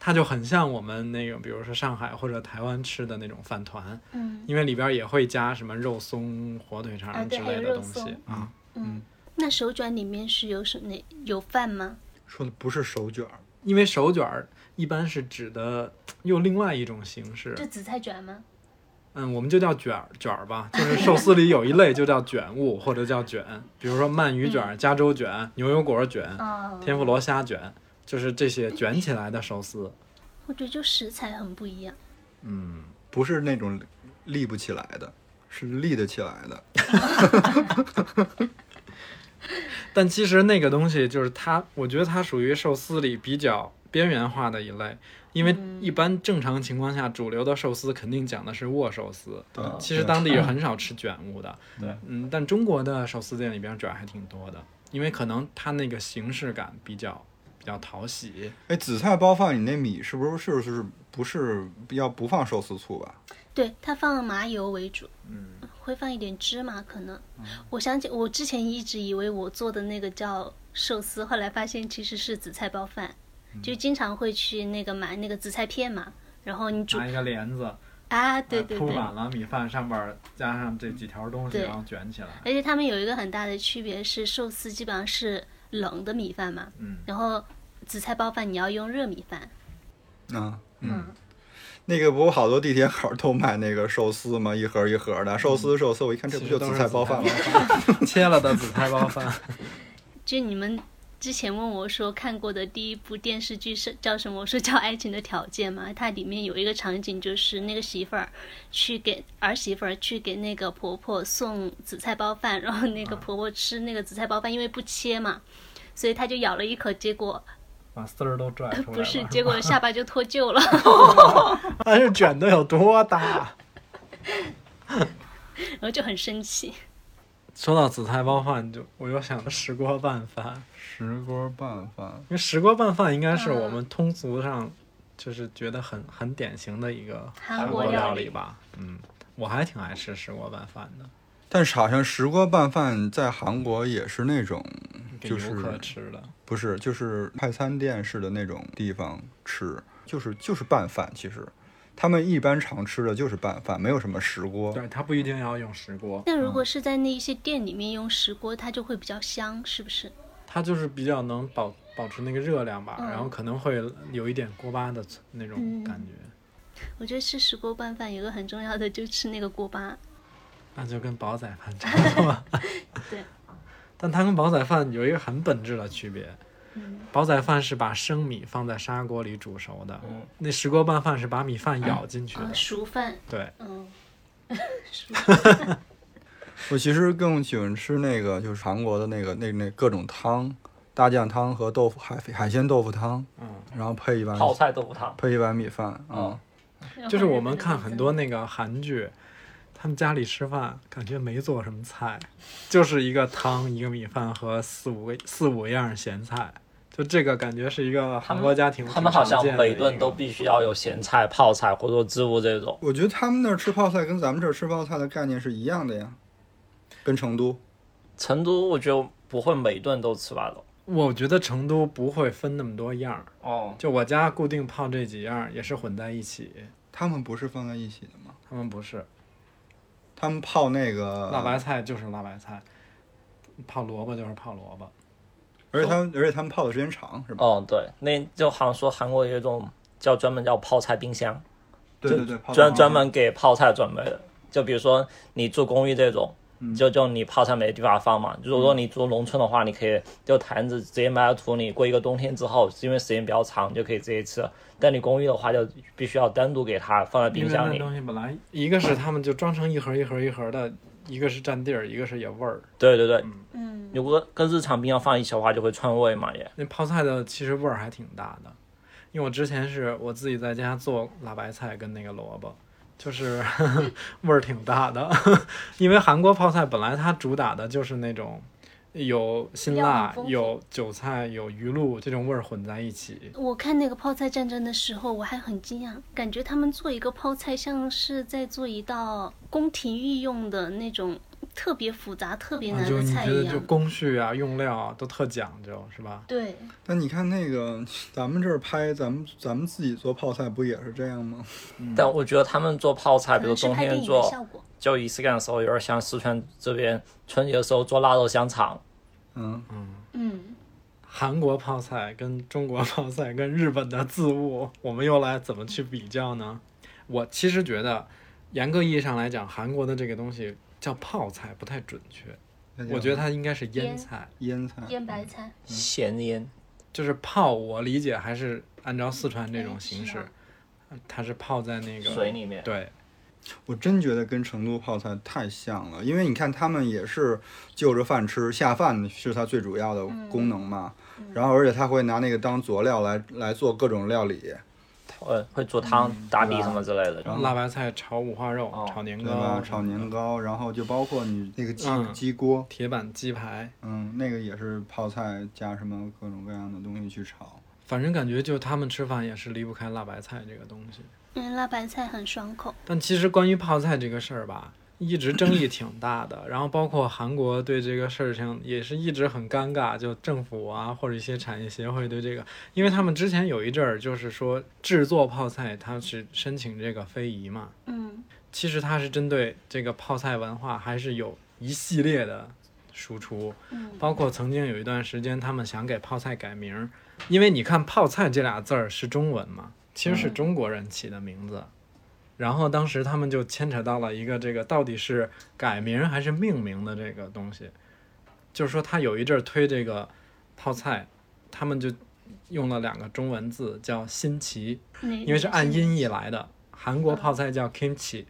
Speaker 1: 它就很像我们那个，比如说上海或者台湾吃的那种饭团，
Speaker 4: 嗯
Speaker 1: 因为里边儿也会加什么肉松、火腿
Speaker 4: 啊
Speaker 1: 肠之
Speaker 4: 对还有
Speaker 1: 类的
Speaker 4: 肉
Speaker 1: 东西
Speaker 4: 松
Speaker 1: 啊。
Speaker 4: 嗯。那手卷里面是有什么？有饭吗？
Speaker 2: 说的不是手卷儿，
Speaker 1: 因为手卷儿一般是指的又另外一种形式，
Speaker 4: 就紫菜卷吗？
Speaker 1: 嗯，我们就叫卷儿卷儿吧，就是寿司里有一类就叫卷物或者叫卷，比如说鳗鱼卷、加州卷、牛油果卷、
Speaker 4: 啊，
Speaker 1: 天妇罗虾卷，就是这些卷起来的寿司。
Speaker 4: 我觉得就食材很不一样。
Speaker 1: 嗯，
Speaker 2: 不是那种立不起来的，是立得起来的。
Speaker 1: 但其实那个东西就是它，我觉得它属于寿司里比较边缘化的一类，因为
Speaker 4: 嗯
Speaker 1: 一般正常情况下，主流的寿司肯定讲的是握寿司，
Speaker 2: 对
Speaker 1: 其实当地人很少吃卷物 的。
Speaker 3: 对，
Speaker 1: 嗯，但中国的寿司店里边卷还挺多的，因为可能它那个形式感比较比较讨喜。
Speaker 2: 哎，紫菜包饭，你那米是不是是是不是要不放寿司醋吧？
Speaker 4: 对，它放麻油为主，嗯，会放一点芝麻可能。我想起我之前一直以为我做的那个叫寿司，后来发现其实是紫菜包饭，就经常会去那个买那个紫菜片嘛，然后你煮
Speaker 1: 拿一个帘子，呃
Speaker 4: 啊，对对
Speaker 1: 铺
Speaker 4: 对。
Speaker 1: 满了米饭，上边加上这几条东西，
Speaker 4: 对
Speaker 1: 然后卷起来。
Speaker 4: 而且他们有一个很大的区别是，寿司基本上是冷的米饭嘛，
Speaker 1: 嗯，
Speaker 4: 然后紫菜包饭你要用热米饭，
Speaker 2: 啊，
Speaker 4: 嗯，
Speaker 2: 那个不是好多地铁口都卖那个寿司吗？一盒一盒的寿
Speaker 1: 嗯
Speaker 2: 司，寿司，我一看这不就紫菜包饭吗？
Speaker 1: 吗？ 切了的紫菜包饭，
Speaker 4: 就你们之前问我说看过的第一部电视剧是叫什么？ 我说叫《爱情的条件》嘛。它里面有一个场景，就是那个媳妇儿去给儿媳妇儿去给那个婆婆送紫菜包饭，然后那个婆婆吃那个紫菜包饭，因为不切嘛，所以她就咬了一口，结 果
Speaker 1: 把丝儿都拽出来了。
Speaker 4: 不是，结果下巴就脱臼了。
Speaker 1: 还是卷的有多大？
Speaker 4: 然后就很生气。
Speaker 1: 说到紫菜包饭，就我又想到石锅拌饭，
Speaker 2: 石锅拌饭
Speaker 1: 因，为石锅拌饭应该是我们通俗上就是觉得很很典型的一个
Speaker 4: 韩
Speaker 1: 国
Speaker 4: 国料
Speaker 1: 理
Speaker 4: 理
Speaker 1: 吧。嗯，我还挺爱吃石锅拌饭的，
Speaker 2: 但是好像石锅拌饭在韩国也是那种，
Speaker 1: 给
Speaker 2: 就是
Speaker 1: 游客吃的。
Speaker 2: 不是就是快餐店式的那种地方吃，就是就是拌饭。其实他们一般常吃的就是拌饭，没有什么石锅。
Speaker 1: 对，它不一定要用石锅，
Speaker 4: 但如果是在那一些店里面用石锅，它就会比较香，是不是？
Speaker 1: 它就是比较能保保持那个热量吧，
Speaker 4: 嗯
Speaker 1: 然后可能会有一点锅巴的那种
Speaker 4: 嗯
Speaker 1: 感觉，
Speaker 4: 我觉得吃石锅拌饭有个很重要的，就吃那个锅巴。
Speaker 1: 那就跟煲仔饭差不多。
Speaker 4: 对，
Speaker 1: 但它跟煲仔饭有一个很本质的区别，
Speaker 4: 嗯。
Speaker 1: 煲仔饭是把生米放在砂锅里煮熟的，
Speaker 3: 嗯
Speaker 1: 那石锅拌饭是把米饭舀进去的。
Speaker 4: 啊，熟饭，
Speaker 1: 对，
Speaker 4: 嗯，
Speaker 2: 我其实更喜欢吃那个，就是韩国的那个那那各种汤，大酱汤和豆腐海海鲜豆腐汤，
Speaker 1: 嗯，
Speaker 2: 然后配一碗
Speaker 3: 泡菜豆腐汤，
Speaker 2: 配一碗米饭啊。
Speaker 3: 嗯
Speaker 4: 哦
Speaker 1: 就是我们看很多那个韩剧，他们家里吃饭感觉没做什么菜，就是一个汤、一个米饭和四五个四五样咸菜，就这个感觉是一个韩国家庭
Speaker 3: 他们好
Speaker 1: 很
Speaker 3: 像
Speaker 1: 常见的
Speaker 3: 每顿都
Speaker 1: 一个
Speaker 3: 必须要有咸菜、泡菜或者说植物这种。
Speaker 2: 我觉得他们那儿吃泡菜跟咱们这儿吃泡菜的概念是一样的呀，跟成都
Speaker 3: 成都我觉得不会每顿都吃吧都。
Speaker 1: 我觉得成都不会分那么多样儿，
Speaker 3: 哦，
Speaker 1: 就我家固定泡这几样儿，也是混在一起。
Speaker 2: 他们不是放在一起的吗？
Speaker 1: 他们不是
Speaker 2: 他们泡那
Speaker 3: 呃
Speaker 2: 个
Speaker 1: 辣白，菜就是辣白菜，泡萝卜就是泡萝卜。
Speaker 2: 而且他们而且他们泡的时间长是吧？
Speaker 3: 哦，对，那就好像说韩国有一种叫专门叫泡菜冰箱，
Speaker 2: 对对对，泡
Speaker 3: 专
Speaker 2: 得
Speaker 3: 专
Speaker 2: 长
Speaker 3: 门给泡菜准备的。就比如说你住公寓这种，
Speaker 1: 嗯
Speaker 3: 就就你泡菜没地方放嘛。如果说你住农村的话，你可以就坛子直接埋到土里，过一个冬天之后，因为时间比较长，你就可以直接吃。但你公寓的话，就必须要单独给它放在
Speaker 1: 因
Speaker 3: 冰
Speaker 1: 为
Speaker 3: 箱
Speaker 1: 那
Speaker 3: 里。
Speaker 1: 东西本来一个是他们就装成一盒一盒一盒的，一个是占地儿，一个是也味儿。
Speaker 3: 对对对，
Speaker 4: 嗯，
Speaker 3: 如果跟日常冰箱放一起的话，就会串味嘛也。
Speaker 1: 那泡菜的其实味儿还挺大的，因为我之前是我自己在家做辣白菜跟那个萝卜，就是 味儿挺大的。 因为韩国泡菜本来它主打的就是那种有辛
Speaker 4: 料很
Speaker 1: 辣、
Speaker 4: 丰富
Speaker 1: 有韭菜、有鱼露这种味儿混在一起。
Speaker 4: 我看那个泡菜战争的时候，我还很惊讶，感觉他们做一个泡菜像是在做一道宫廷御用的那种特别复杂、特别
Speaker 1: 啊，
Speaker 4: 难
Speaker 1: 就
Speaker 4: 的
Speaker 1: 你
Speaker 4: 菜
Speaker 1: 觉得
Speaker 4: 一
Speaker 1: 就
Speaker 4: 样。
Speaker 1: 工序啊、用料啊都特讲究，是吧？
Speaker 4: 对，
Speaker 2: 但你看那个咱们这儿拍，咱们咱们自己做泡菜不也是这样吗？
Speaker 3: 但我觉得他们做泡
Speaker 1: 啊
Speaker 3: 菜，
Speaker 4: 可
Speaker 3: 比如
Speaker 4: 嗯能是
Speaker 3: 冬
Speaker 4: 拍电
Speaker 3: 天
Speaker 4: 影的
Speaker 3: 做，
Speaker 4: 效果。
Speaker 3: 就仪式感的时候，有点像四川这边春节的时候做腊肉香肠。
Speaker 2: 嗯，
Speaker 4: 嗯，
Speaker 1: 韩国泡菜跟中国泡菜跟日本的自物，我们又来怎么去比较呢？我其实觉得，严格意义上来讲，韩国的这个东西叫泡菜不太准确，我觉得它应该是腌
Speaker 4: 腌
Speaker 1: 菜，
Speaker 2: 腌菜
Speaker 4: 腌白菜
Speaker 3: 咸腌，
Speaker 1: 就是泡。我理解还是按照四川这种
Speaker 4: 哎
Speaker 1: 形
Speaker 4: 是
Speaker 1: 式
Speaker 4: 吗，
Speaker 1: 它是泡在那个
Speaker 3: 水里面
Speaker 1: 对，
Speaker 2: 我真觉得跟成都泡菜太像了，因为你看他们也是就着饭吃，下饭是它最主要的功能嘛。然后而且他会拿那个当佐料来来做各种料理，
Speaker 3: 呃，会做汤、打底什么之类的。
Speaker 1: 然后辣白菜炒五花肉、
Speaker 3: 哦
Speaker 1: 炒年
Speaker 2: 对吧？
Speaker 1: 糕、
Speaker 2: 炒年糕，然后就包括你那个鸡、
Speaker 1: 嗯
Speaker 2: 鸡锅，
Speaker 1: 铁板鸡排，
Speaker 2: 嗯，那个也是泡菜加什么各种各样的东西去炒。
Speaker 1: 反正感觉就他们吃饭也是离不开辣白菜这个东西。
Speaker 4: 因嗯为辣白菜很爽口。
Speaker 1: 但其实关于泡菜这个事儿吧，一直争议挺大的，然后包括韩国对这个事情也是一直很尴尬，就政府啊或者一些产业协会对这个，因为他们之前有一阵儿就是说制作泡菜，它是申请这个非遗嘛，
Speaker 4: 嗯，
Speaker 1: 其实它是针对这个泡菜文化还是有一系列的输出，
Speaker 4: 嗯
Speaker 1: 包括曾经有一段时间他们想给泡菜改名儿，因为你看“泡菜”这俩字儿是中文嘛，其实是中国人起的名字。然后当时他们就牵扯到了一个这个到底是改名儿还是命名的这个东西，就是说他有一阵儿推这个泡菜，他们就用了两个中文字叫新奇，因为是按音译来的，韩国泡菜叫 kimchi。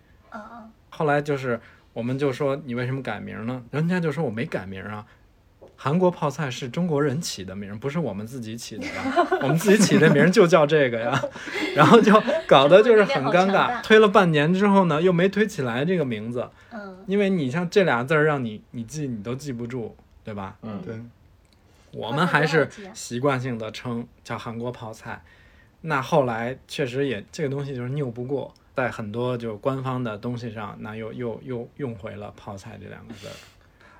Speaker 1: 后来就是我们就说你为什么改名呢？人家就说我没改名啊。韩国泡菜是中国人起的名，不是我们自己起的呀。我们自己起的名就叫这个呀，然后就搞得就是很尴
Speaker 4: 中文有点好强
Speaker 1: 尬。
Speaker 4: 大
Speaker 1: 推了半年之后呢，又没推起来这个名字，
Speaker 4: 嗯，
Speaker 1: 因为你像这俩字儿让你你记你都记不住，对吧？
Speaker 3: 嗯，
Speaker 2: 对，
Speaker 1: 我们还是
Speaker 4: 泡菜不要记啊
Speaker 1: 习惯性的称叫韩国泡菜。那后来确实也这个东西就是拗不过，在很多就官方的东西上，那又又又用回了泡菜这两个字儿。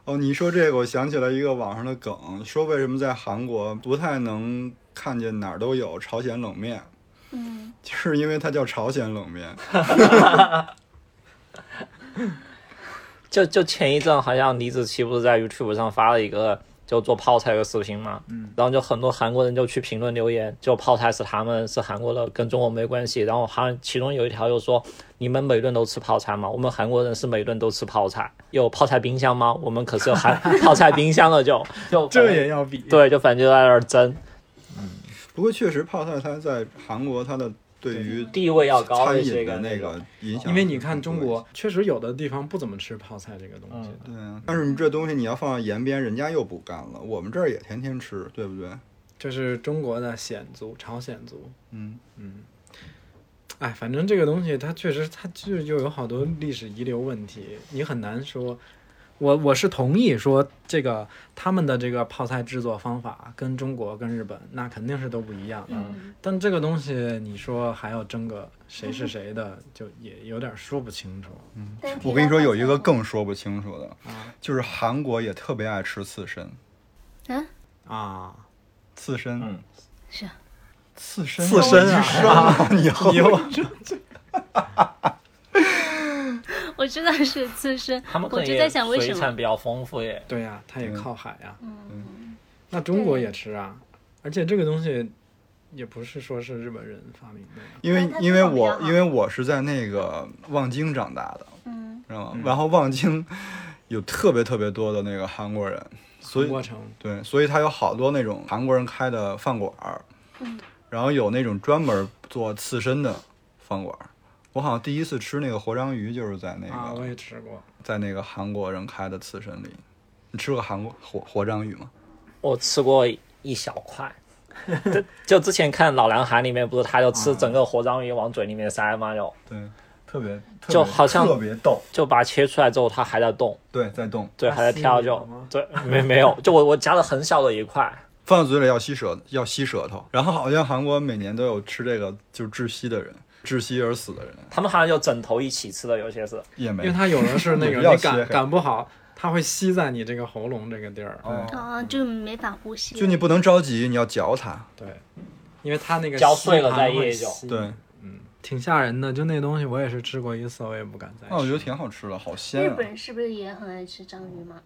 Speaker 2: 哦，你一说这个，我想起来一个网上的梗，说为什么在韩国不太能看见哪儿都有朝鲜冷面，
Speaker 4: 嗯，
Speaker 2: 就是因为它叫朝鲜冷面。
Speaker 3: 就就前一阵好像李子柒不是在 YouTube 上发了一个就做泡菜的视频嘛，嗯，然后就很多韩国人就去评论留言，就泡菜是他们是韩国的，跟中国没关系。然后好像其中有一条就说，你们每顿都吃泡菜吗？我们韩国人是每顿都吃泡菜，有泡菜冰箱吗？我们可是有 韩泡菜冰箱的就，就
Speaker 1: 这也要比
Speaker 3: 对，就反正就在那儿争，
Speaker 2: 不过确实泡菜它在韩国它的对于
Speaker 3: 地位要高
Speaker 2: 餐
Speaker 3: 一些
Speaker 2: 饮
Speaker 3: 跟
Speaker 2: 的那
Speaker 3: 种
Speaker 2: 个影响，
Speaker 1: 因为你看中。国确实有的地方不怎么吃泡菜这个东西的，
Speaker 2: 对啊，但是你这东西你要放到延边，人家又不干了。我们这儿也天天吃，对不对？
Speaker 1: 这是中国的鲜族、朝鲜族。
Speaker 2: 嗯，
Speaker 1: 哎，反正这个东西它确实，它就就有好多历史遗留问题，你很难说。我我是同意说这个他们的这个泡菜制作方法跟中国跟日本那肯定是都不一样
Speaker 4: 嗯
Speaker 1: 的，但这个东西你说还要争个谁是谁的，就也有点说不清楚。
Speaker 4: 但
Speaker 2: 我跟你说有一个
Speaker 4: 更
Speaker 2: 更说不清楚的，
Speaker 1: 啊
Speaker 2: 就是韩国也特别爱吃刺身，
Speaker 4: 啊，
Speaker 1: 啊，
Speaker 2: 刺身，
Speaker 3: 嗯
Speaker 4: 是啊
Speaker 2: 刺身，
Speaker 1: 刺身啊
Speaker 2: 啊，你后
Speaker 1: 有
Speaker 4: 我知道是刺身，
Speaker 3: 他
Speaker 2: 嗯
Speaker 3: 们可
Speaker 4: 我
Speaker 3: 能
Speaker 4: 就
Speaker 3: 也
Speaker 4: 在想为
Speaker 3: 水
Speaker 4: 什
Speaker 3: 产
Speaker 4: 么。
Speaker 3: 比较丰富耶。
Speaker 1: 对呀、它也靠海呀、
Speaker 4: 嗯，
Speaker 1: 那中国也吃啊，而且这个东西也不是说是日本人发明的呀。
Speaker 2: 因为
Speaker 4: 它
Speaker 2: 因为
Speaker 4: 做法比较
Speaker 2: 我
Speaker 4: 好
Speaker 2: 因为我是在那个望京长大的，
Speaker 4: 嗯，
Speaker 2: 知道吗？然后望京 有特别特别多的那个韩国人，所
Speaker 1: 韩
Speaker 2: 以
Speaker 1: 国城
Speaker 2: 对，所以它有好多那种韩国人开的饭馆儿，
Speaker 4: 嗯
Speaker 2: 然后有那种专门做刺身的饭馆儿。我好像第一次吃那个活章鱼就是在那个、
Speaker 1: 啊，我也吃过，
Speaker 2: 在那个韩国人开的刺身里。你吃过韩国活活章鱼吗？
Speaker 3: 我吃过一小块。 就就之前看《老男孩》里面，不是他就吃整个活章鱼往嘴里面塞吗？就
Speaker 2: 对，特别特
Speaker 3: 就好像
Speaker 2: 别逗，
Speaker 3: 就把它切出来之后，它还在动，
Speaker 2: 对，在动，
Speaker 3: 对，
Speaker 1: 它
Speaker 3: 还在跳，
Speaker 1: 吸引
Speaker 3: 就
Speaker 1: 了吗
Speaker 3: 对，没没有，就我我夹了很小的一块，
Speaker 2: 放到嘴里要吸舌，要吸舌头。然后好像韩国每年都有吃这个就是窒息的人，窒息而死的人
Speaker 3: 他们好像就枕头一起吃的，有些是，
Speaker 2: 也
Speaker 1: 因
Speaker 2: 没
Speaker 1: 为它有的是那
Speaker 2: 不
Speaker 1: 个
Speaker 2: 要
Speaker 1: 你
Speaker 2: 切
Speaker 1: 赶
Speaker 2: 开
Speaker 1: 赶不好，它会吸在你这个喉咙这个地儿。
Speaker 2: 哦
Speaker 4: 啊，就没法呼吸。
Speaker 2: 就你不能着急，你要嚼它。
Speaker 1: 对，因为它那个
Speaker 3: 嚼碎了
Speaker 1: 吸盘
Speaker 3: 再噎
Speaker 1: 会
Speaker 3: 就
Speaker 1: 吸嗯
Speaker 2: 对，
Speaker 1: 挺吓人的。就那东西，我也是吃过一次，我也不敢再吃。
Speaker 2: 那哦我觉得挺好吃的，好鲜
Speaker 4: 日
Speaker 2: 啊
Speaker 4: 本！人是不是也很爱吃章鱼嘛？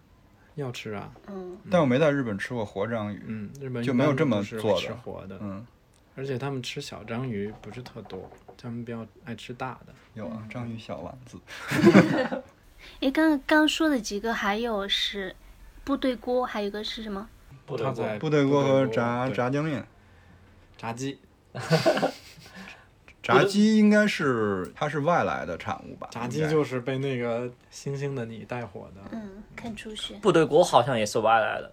Speaker 1: 要吃啊，
Speaker 4: 嗯，
Speaker 2: 但我没在日本吃过活章鱼。
Speaker 1: 嗯，日本
Speaker 2: 就
Speaker 1: 一
Speaker 2: 没有
Speaker 1: 般
Speaker 2: 这么
Speaker 1: 不是
Speaker 2: 做的
Speaker 1: 吃活的，
Speaker 2: 嗯，
Speaker 1: 而且他们吃小章鱼不是特多，他们比较爱吃大的。
Speaker 2: 有啊，章鱼小丸子。
Speaker 4: 诶，刚刚说的几个还有是部队锅，还有一个是什么？
Speaker 3: 不得
Speaker 1: 它
Speaker 3: 不
Speaker 1: 在
Speaker 2: 部队锅和炸
Speaker 1: 对
Speaker 2: 炸酱面、
Speaker 1: 炸鸡、
Speaker 2: 炸鸡应该是它是外来的产物吧？
Speaker 1: 炸鸡就是被那个《星星的你》带火的。
Speaker 4: 嗯，看出血。
Speaker 3: 部队锅好像也是外来的，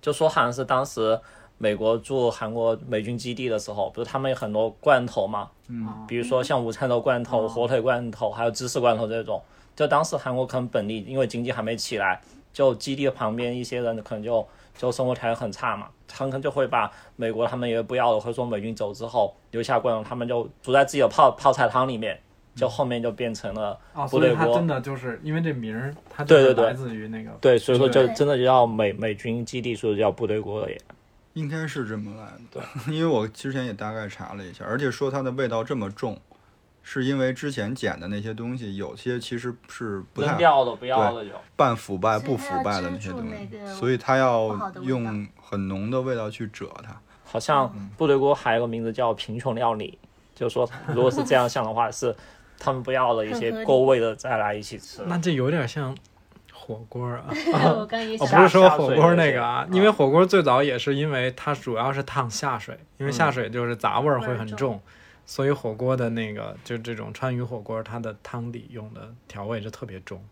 Speaker 3: 就说好像是当时美国驻韩国美军基地的时候，不是他们有很多罐头嘛，
Speaker 1: 啊
Speaker 3: 比如说像午餐肉罐头、火腿罐头，还有芝士罐头这种。就当时韩国可能本地因为经济还没起来，就基地旁边一些人可能就就生活条件很差嘛，他们可能就会把美国他们也不要了，或者说美军走之后留下罐头，他们就煮在自己的泡泡菜汤里面，就后面就变成了
Speaker 1: 哦，
Speaker 3: 部
Speaker 1: 所以
Speaker 3: 队
Speaker 1: 它
Speaker 3: 锅。
Speaker 1: 真的就是因为这名儿，它就是
Speaker 3: 对对对
Speaker 1: 来自于那个
Speaker 3: 对，所以说就
Speaker 4: 对
Speaker 3: 真的就叫美美军基地，所以就叫部队锅了也。
Speaker 2: 应该是这么来的。 对，因为我之前也大概查了一下，而且说它的味道这么重，是因为之前捡的那些东西，有些其实是不
Speaker 3: 扔
Speaker 2: 太
Speaker 3: 掉了，不要了就。
Speaker 2: 半腐败、
Speaker 4: 所以
Speaker 2: 不
Speaker 4: 它
Speaker 2: 腐
Speaker 4: 要
Speaker 2: 败的
Speaker 4: 遮
Speaker 2: 那些
Speaker 4: 住
Speaker 2: 东
Speaker 4: 那个
Speaker 2: 西，所以它
Speaker 4: 不好
Speaker 2: 要
Speaker 4: 的味道
Speaker 2: 用很浓的味道去遮它。
Speaker 3: 好像
Speaker 2: 嗯
Speaker 3: 部队锅还有个名字叫贫穷料理，就是说如果是这样想的话，是他们不要了一些过味的再来一起吃。
Speaker 1: 那这有点像火锅啊。
Speaker 4: 我刚也
Speaker 1: 哦，
Speaker 4: 想
Speaker 1: 不是
Speaker 3: 下
Speaker 1: 说
Speaker 3: 下水
Speaker 1: 火
Speaker 3: 的
Speaker 1: 锅
Speaker 3: 那
Speaker 1: 那
Speaker 3: 些
Speaker 1: 个啊
Speaker 3: 啊，
Speaker 1: 因为火锅最早也是因为它主要是烫下水，因为下
Speaker 3: 嗯
Speaker 1: 水就是杂味儿
Speaker 4: 味
Speaker 1: 会
Speaker 4: 儿
Speaker 1: 很
Speaker 4: 重
Speaker 1: 重，所以火锅的那个就这种川渝火锅，它的汤底用的调味就特别重。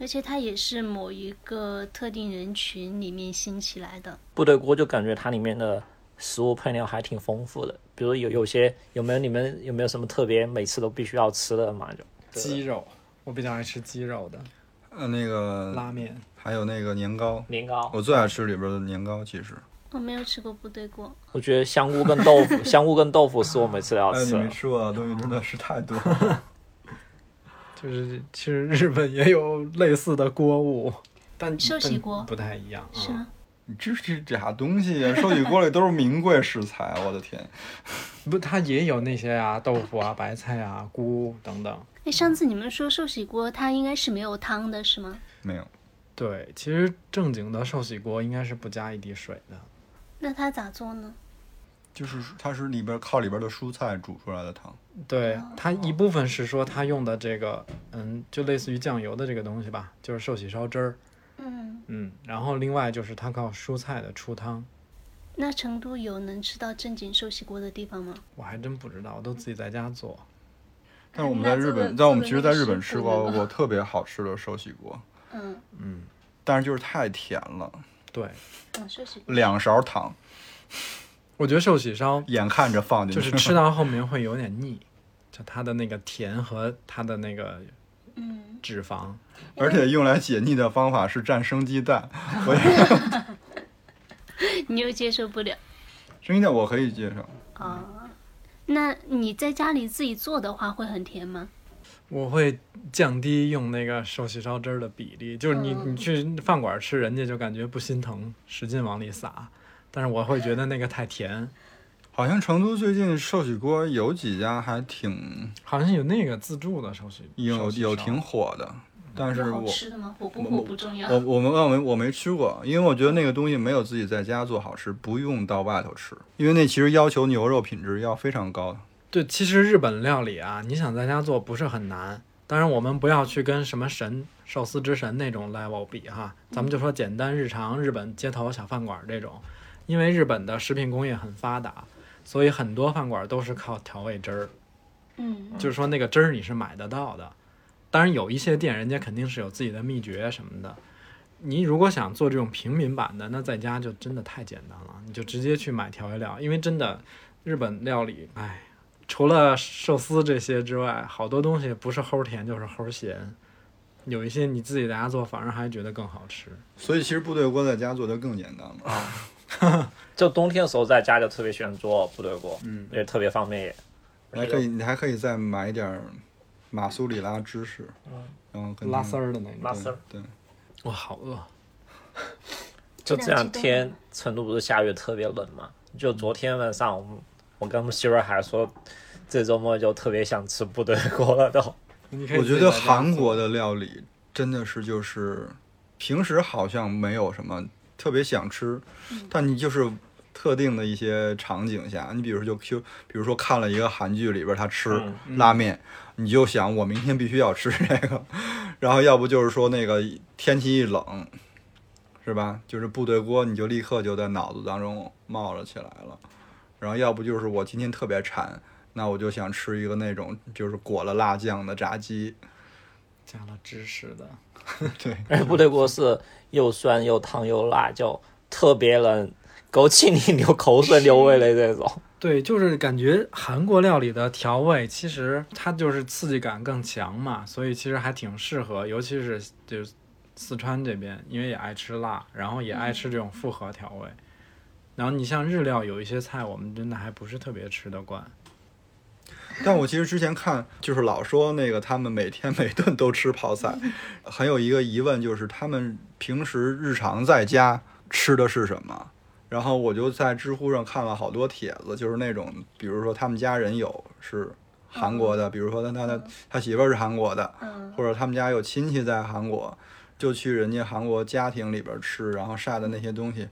Speaker 4: 而且它也是某一个特定人群里面兴起来的。
Speaker 3: 部队锅就感觉它里面的食物配料还挺丰富的，比如有有些有没有你们有没有什么特别每次都必须要吃的嘛？就
Speaker 1: 鸡肉，我比较爱吃鸡肉的
Speaker 2: 呃，那个
Speaker 1: 拉面，
Speaker 2: 还有那个年糕，
Speaker 3: 年糕，
Speaker 2: 我最爱吃里边的年糕，其实。
Speaker 4: 我没有吃过部队锅，
Speaker 3: 我觉得香菇跟 豆腐，香菇跟豆腐是我每次都要
Speaker 2: 哎，
Speaker 3: 吃
Speaker 2: 你
Speaker 3: 啊的。
Speaker 2: 没吃过的东西真的是太多了。
Speaker 1: 就是其实日本也有类似的锅物，但
Speaker 4: 寿喜
Speaker 1: 但
Speaker 4: 锅
Speaker 1: 不太一样啊。
Speaker 4: 是吗？
Speaker 2: 你这是假东西呀、寿喜锅里都是名贵食材，啊我的天！
Speaker 1: 不，它也有那些啊，豆腐啊、白菜啊、菇等等。
Speaker 4: 哎，上次你们说寿喜锅它应该是没有汤的，是吗？
Speaker 2: 没有，
Speaker 1: 对，其实正经的寿喜锅应该是不加一滴水的。
Speaker 4: 那它咋做呢？
Speaker 2: 就是它是里边靠里边的蔬菜煮出来的汤。
Speaker 1: 对，
Speaker 4: 哦
Speaker 1: 它一部分是说它用的这个，嗯，就类似于酱油的这个东西吧，就是寿喜烧汁儿，
Speaker 4: 嗯，
Speaker 1: 嗯，然后另外就是它靠蔬菜的出汤，
Speaker 4: 那成都有能吃到正经寿喜锅的地方吗？
Speaker 1: 我还真不知道，我都自己在家做。
Speaker 2: 但是我们在日本，但我们其实在日本吃过过特别好吃的寿喜锅，
Speaker 4: 嗯，
Speaker 2: 但是就是太甜了，
Speaker 1: 对，
Speaker 4: 嗯，寿喜锅。
Speaker 2: 两勺糖，
Speaker 1: 我觉得寿喜烧
Speaker 2: 眼看着放进
Speaker 1: 就
Speaker 2: 去，
Speaker 1: 是吃到后面会有点腻，就它的那个甜和它的那个
Speaker 4: 嗯，
Speaker 1: 脂肪，
Speaker 2: 而且用来解腻的方法是蘸生鸡蛋。我也
Speaker 4: 你又接受不了
Speaker 2: 生鸡蛋我可以接受，
Speaker 4: 啊？那你在家里自己做的话会很甜吗？
Speaker 1: 我会降低用那个寿喜烧汁儿的比例，就是你
Speaker 4: 嗯
Speaker 1: 你去饭馆吃，人家就感觉不心疼，使劲往里撒，但是我会觉得那个太甜。
Speaker 2: 好像成都最近寿喜锅有几家还挺
Speaker 1: 好像有那个自助的寿喜，
Speaker 2: 有
Speaker 1: 寿喜
Speaker 2: 有
Speaker 1: 烧
Speaker 2: 挺火的，但是我
Speaker 4: 的吗？火不
Speaker 2: 火
Speaker 4: 不重要
Speaker 2: 我呃我们我没我没吃过，因为我觉得那个东西没有自己在家做好吃，不用到外头吃，因为那其实要求牛肉品质要非常高的。
Speaker 1: 对，其实日本料理啊，你想在家做不是很难。当然，我们不要去跟什么神寿司之神那种 level 比哈，咱们就说简单日常日本街头小饭馆这种，因为日本的食品工业很发达，所以很多饭馆都是靠调味汁儿，
Speaker 4: 嗯，
Speaker 1: 就是说那个汁儿你是买得到的。当然，有一些店人家肯定是有自己的秘诀什么的。你如果想做这种平民版的，那在家就真的太简单了，你就直接去买调味料，因为真的日本料理，哎，除了寿司这些之外，好多东西不是齁甜就是齁咸，有一些你自己在家做，反而还觉得更好吃。
Speaker 2: 所以其实部队锅在家做就更简单
Speaker 1: 啊
Speaker 2: 了。
Speaker 3: 就冬天的时候在家就特别喜欢做部队锅，嗯，也特别方便也。
Speaker 2: 还可以，你还可以再买一点儿马苏里拉芝士，然后
Speaker 1: 嗯
Speaker 2: 跟
Speaker 1: 拉丝儿的那
Speaker 3: 拉
Speaker 1: 种，
Speaker 3: 丝儿。
Speaker 2: 对，
Speaker 1: 我好饿。
Speaker 3: 就这两天成都不是下雨特别冷嘛？就昨天晚上我们，我跟媳妇儿还说，这周末就特别想吃部队锅了都。
Speaker 1: 你可以
Speaker 2: 我觉
Speaker 1: 自己
Speaker 2: 得
Speaker 1: 在家
Speaker 2: 韩
Speaker 1: 做
Speaker 2: 国的料理真的是就是平时好像没有什么特别想吃，但你就是特定的一些场景下，你比如说就 Q，比如说看了一个韩剧里边他吃
Speaker 1: 嗯
Speaker 2: 拉面，你就想我明天必须要吃这个， 然后要不就是说那个天气一冷。是吧？就是部队锅，你就立刻就在脑子当中冒了起来了。然后要不就是我今天特别馋，那我就想吃一个那种就是裹了辣酱的炸鸡。
Speaker 1: 加了芝士的，
Speaker 2: 对，
Speaker 3: 而哎部队锅是又酸又烫又辣，就特别能勾起你流口水流味的这种。
Speaker 1: 对，就是感觉韩国料理的调味，其实它就是刺激感更强嘛，所以其实还挺适合，尤其是就是四川这边，因为也爱吃辣，然后也爱吃这种复合调味。然后你像日料有一些菜，我们真的还不是特别吃得惯。
Speaker 2: 但我其实之前看，就是老说那个他们每天每顿都吃泡菜，很有一个疑问，就是他们平时日常在家吃的是什么？然后我就在知乎上看了好多帖子，就是那种，比如说他们家人有是韩国的，比如说他他他他媳妇啊儿是韩国的，
Speaker 4: 嗯
Speaker 2: 或者他们家有亲戚在韩国，就去人家韩国家庭里边吃，然后晒的那些东西，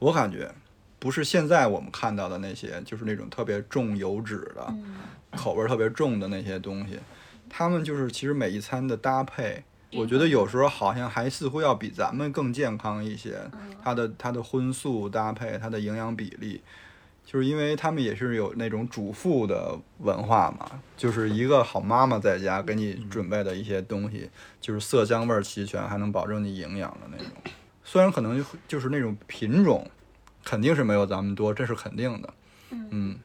Speaker 2: 我感觉不是现在我们看到的那些，就是那种特别重油脂的。口味特别重的那些东西，他们就是其实每一餐的搭配，我觉得有时候好像还似乎要比咱们更健康一些。它的它的荤素搭配，它的营养比例，就是因为他们也是有那种主妇的文化嘛，就是一个好妈妈在家给你准备的一些东西，就是色香味齐全，还能保证你营养的那种。虽然可能就就是那种品种，肯定是没有咱们多，这是肯定的。嗯。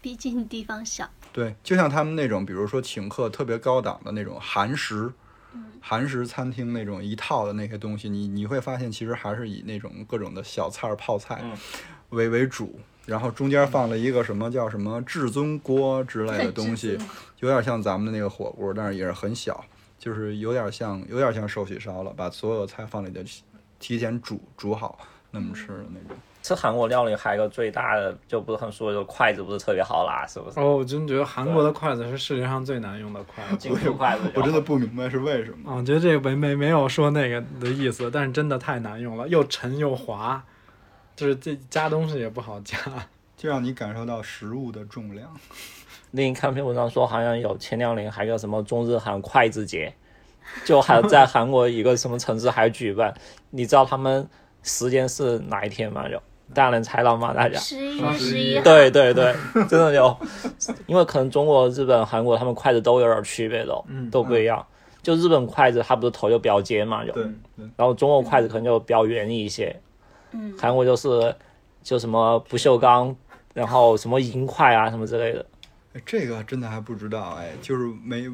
Speaker 4: 毕竟地方小。
Speaker 2: 对，就像他们那种，比如说请客特别高档的那种韩食，韩食餐厅那种一套的那些东西，你你会发现其实还是以那种各种的小菜儿、泡菜为为主，然后中间放了一个什么叫什么至尊锅之类的东西，有点像咱们的那个火锅，但是也是很小，就是有点像有点像寿喜烧了，把所有菜放里头提前煮煮好那么吃的那种。
Speaker 3: 吃韩国料理还有一个最大的就不是很舒服，就是筷子不是特别好拿，是 不是？
Speaker 1: 哦，我真觉得韩国的筷子是世界上最难用的筷子。
Speaker 3: 金属筷子就好，
Speaker 2: 我真的不明白是为什么。
Speaker 1: 啊，我觉得这个没没没有说那个的意思，但是真的太难用了，又沉又滑，就是这夹东西也不好夹。
Speaker 2: 就让你感受到食物的重量。
Speaker 3: 另一看篇文章说，好像有前两年还有什么中日韩筷子节，就还在韩国一个什么城市还举办，你知道他们时间是哪一天吗？就大家能猜到吗？大
Speaker 2: 啊
Speaker 3: 家？
Speaker 4: 十一月十一号，
Speaker 3: 对对对，真的有，因为可能中国、日本、韩国他们筷子都有点区别的，都不一样。就日本筷子，它不是头就比较尖嘛，就，
Speaker 2: 对对，
Speaker 3: 然后中国筷子可能就比较圆一些，嗯，韩国就是就什么不锈钢，然后什么银筷啊什么之类的，
Speaker 2: 哎这个真的还不知道哎，就是没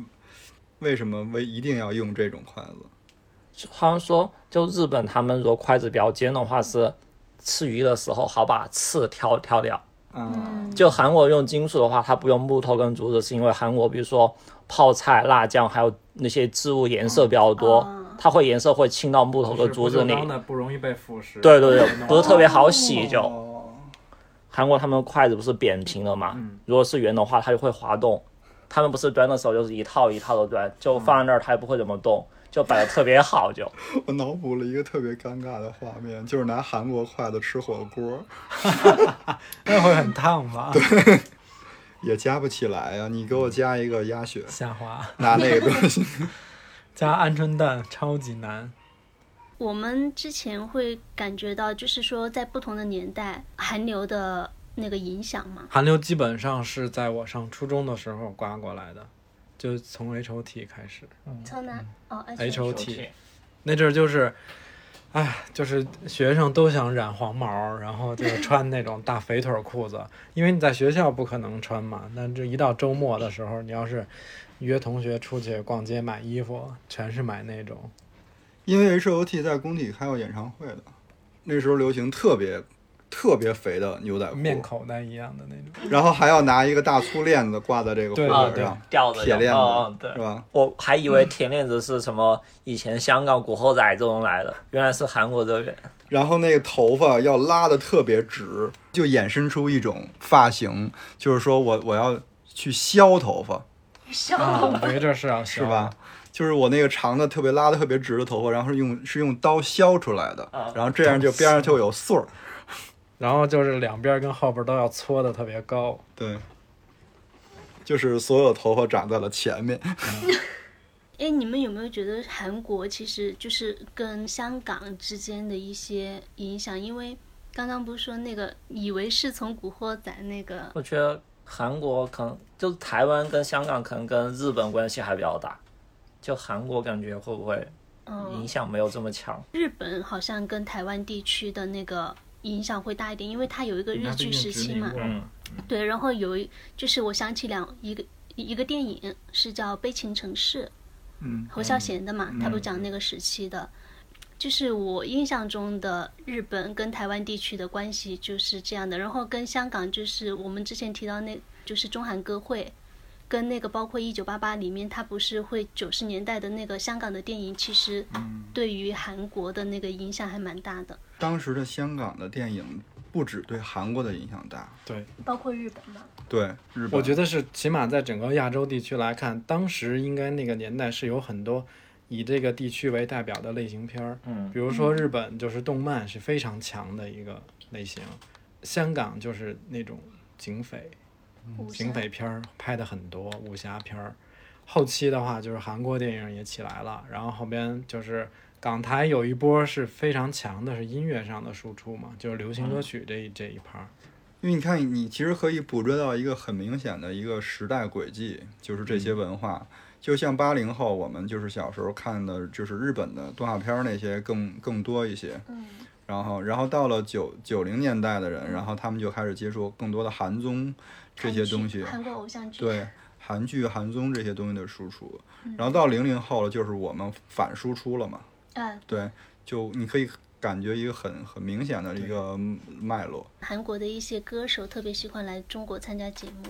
Speaker 2: 为什么为一定要用这种筷子？
Speaker 3: 就好像说就日本他们如果筷子比较尖的话是吃鱼的时候好把刺挑挑掉，
Speaker 2: 啊，
Speaker 3: 就韩国用金属的话，它不用木头跟竹子，是因为韩国比如说泡菜、辣酱，还有那些植物颜色比较多，它会颜色会浸到木头跟竹子里。
Speaker 1: 的不容易被腐蚀。
Speaker 3: 对对对，不是特别好洗就。
Speaker 2: 哦，
Speaker 3: 韩国他们筷子不是扁平的嘛，如果是圆的话，它就会滑动。他们不是端的时候就是一套一套的端，就放在那儿它也不会怎么动，就摆的特别好就。
Speaker 2: 我脑补了一个特别尴尬的画面，就是拿韩国筷子吃火锅，
Speaker 1: 那会很烫吧？
Speaker 2: 也夹不起来啊！你给我夹一个鸭血，
Speaker 1: 下滑
Speaker 2: 拿那个东西，
Speaker 1: 加鹌鹑蛋超级难。
Speaker 4: 我们之前会感觉到，就是说在不同的年代，韩流的那个影响嘛。
Speaker 1: 韩流基本上是在我上初中的时候刮过来的，就从 H O T 开始
Speaker 2: 嗯
Speaker 4: 从哪？哦
Speaker 2: 哎
Speaker 1: ，H O T 那阵儿就是，哎，就是学生都想染黄毛，然后就穿那种大肥腿儿裤子，因为你在学校不可能穿嘛。但这一到周末的时候，你要是约同学出去逛街买衣服，全是买那种。
Speaker 2: 因为 H O T 在工体开过演唱会的，那时候流行特别特别肥的牛仔
Speaker 1: 面
Speaker 2: 裤，
Speaker 1: 口袋一样的那 种，
Speaker 2: 然后还要拿一个大粗链子挂在这个裤
Speaker 1: 对
Speaker 3: 啊，
Speaker 2: 管
Speaker 3: 对
Speaker 2: 上，，
Speaker 3: 吊着
Speaker 2: 铁链
Speaker 3: 哦，
Speaker 2: 子
Speaker 3: 对嗯
Speaker 2: 是。吧？
Speaker 3: 我还以为铁链子是什么以前香港古惑仔这种来的，原来是韩国这边。
Speaker 2: 然后那个头发要拉的特别直，就衍生出一种发型，就是说我我要去削头发，
Speaker 1: 啊，我觉得这是要
Speaker 2: 是
Speaker 1: 是
Speaker 2: 吧？？就是我那个长的特别拉的特别直的头发，然后是用是用刀削出来的
Speaker 3: 啊，
Speaker 2: 然后这样就边上就有穗儿。
Speaker 1: 然后就是两边跟后边都要搓的特别高，
Speaker 2: 对，就是所有头发长在了前面。
Speaker 4: 哎，你们有没有觉得韩国其实就是跟香港之间的一些影响？因为刚刚不是说那个以为是从《古惑仔》那个
Speaker 3: 我觉得韩国可能就是台湾跟香港可能跟日本关系还比较大，就韩国感觉会不会影响没有这么强？
Speaker 4: 日本好像跟台湾地区的那个影响会大一点，因为它有一个日剧时期嘛。
Speaker 3: 嗯，
Speaker 4: 对，然后有一就是我想起两一个一个电影是叫《悲情城市》，
Speaker 2: 嗯，
Speaker 4: 侯孝贤的嘛，他不讲那个时期的。就是我印象中的日本跟台湾地区的关系就是这样的，然后跟香港就是我们之前提到那，就是中韩歌会，跟那个包括一九八八里面，它不是会九十年代的那个香港的电影，其实
Speaker 2: 嗯
Speaker 4: 对于韩国的那个影响还蛮大的，
Speaker 2: 当时的香港的电影不只对韩国的影响大，
Speaker 1: 对，
Speaker 4: 包括日本嘛。
Speaker 2: 对日本，
Speaker 1: 我觉得是起码在整个亚洲地区来看，当时应该那个年代是有很多以这个地区为代表的类型片儿，
Speaker 3: 嗯，
Speaker 1: 比如说日本就是动漫是非常强的一个类型，香港就是那种警匪
Speaker 2: 嗯
Speaker 4: 武
Speaker 1: 警
Speaker 4: 侠
Speaker 1: 匪片儿拍的很多，武侠片儿。后期的话，就是韩国电影也起来了，然后后边就是港台有一波是非常强的，是音乐上的输出嘛，就是流行歌曲这
Speaker 2: 嗯
Speaker 1: 一、这一盘儿。
Speaker 2: 因为你看，你其实可以捕捉到一个很明显的一个时代轨迹，就是这
Speaker 4: 嗯
Speaker 2: 些文化。就像八零后，我们就是小时候看的，就是日本的动画片儿那些更更多一些。
Speaker 4: 嗯。
Speaker 2: 然后，然后到了九九零年代的人，然后他们就开始接触更多的韩综这些东西。
Speaker 4: 韩国偶像剧，
Speaker 2: 对韩剧、韩综这些东西的输出。然后到零零后了，就是我们反输出了嘛。
Speaker 4: 嗯，
Speaker 2: 对，就你可以感觉一个很很明显的一个脉络。
Speaker 4: 韩国的一些歌手特别喜欢来中国参加节目，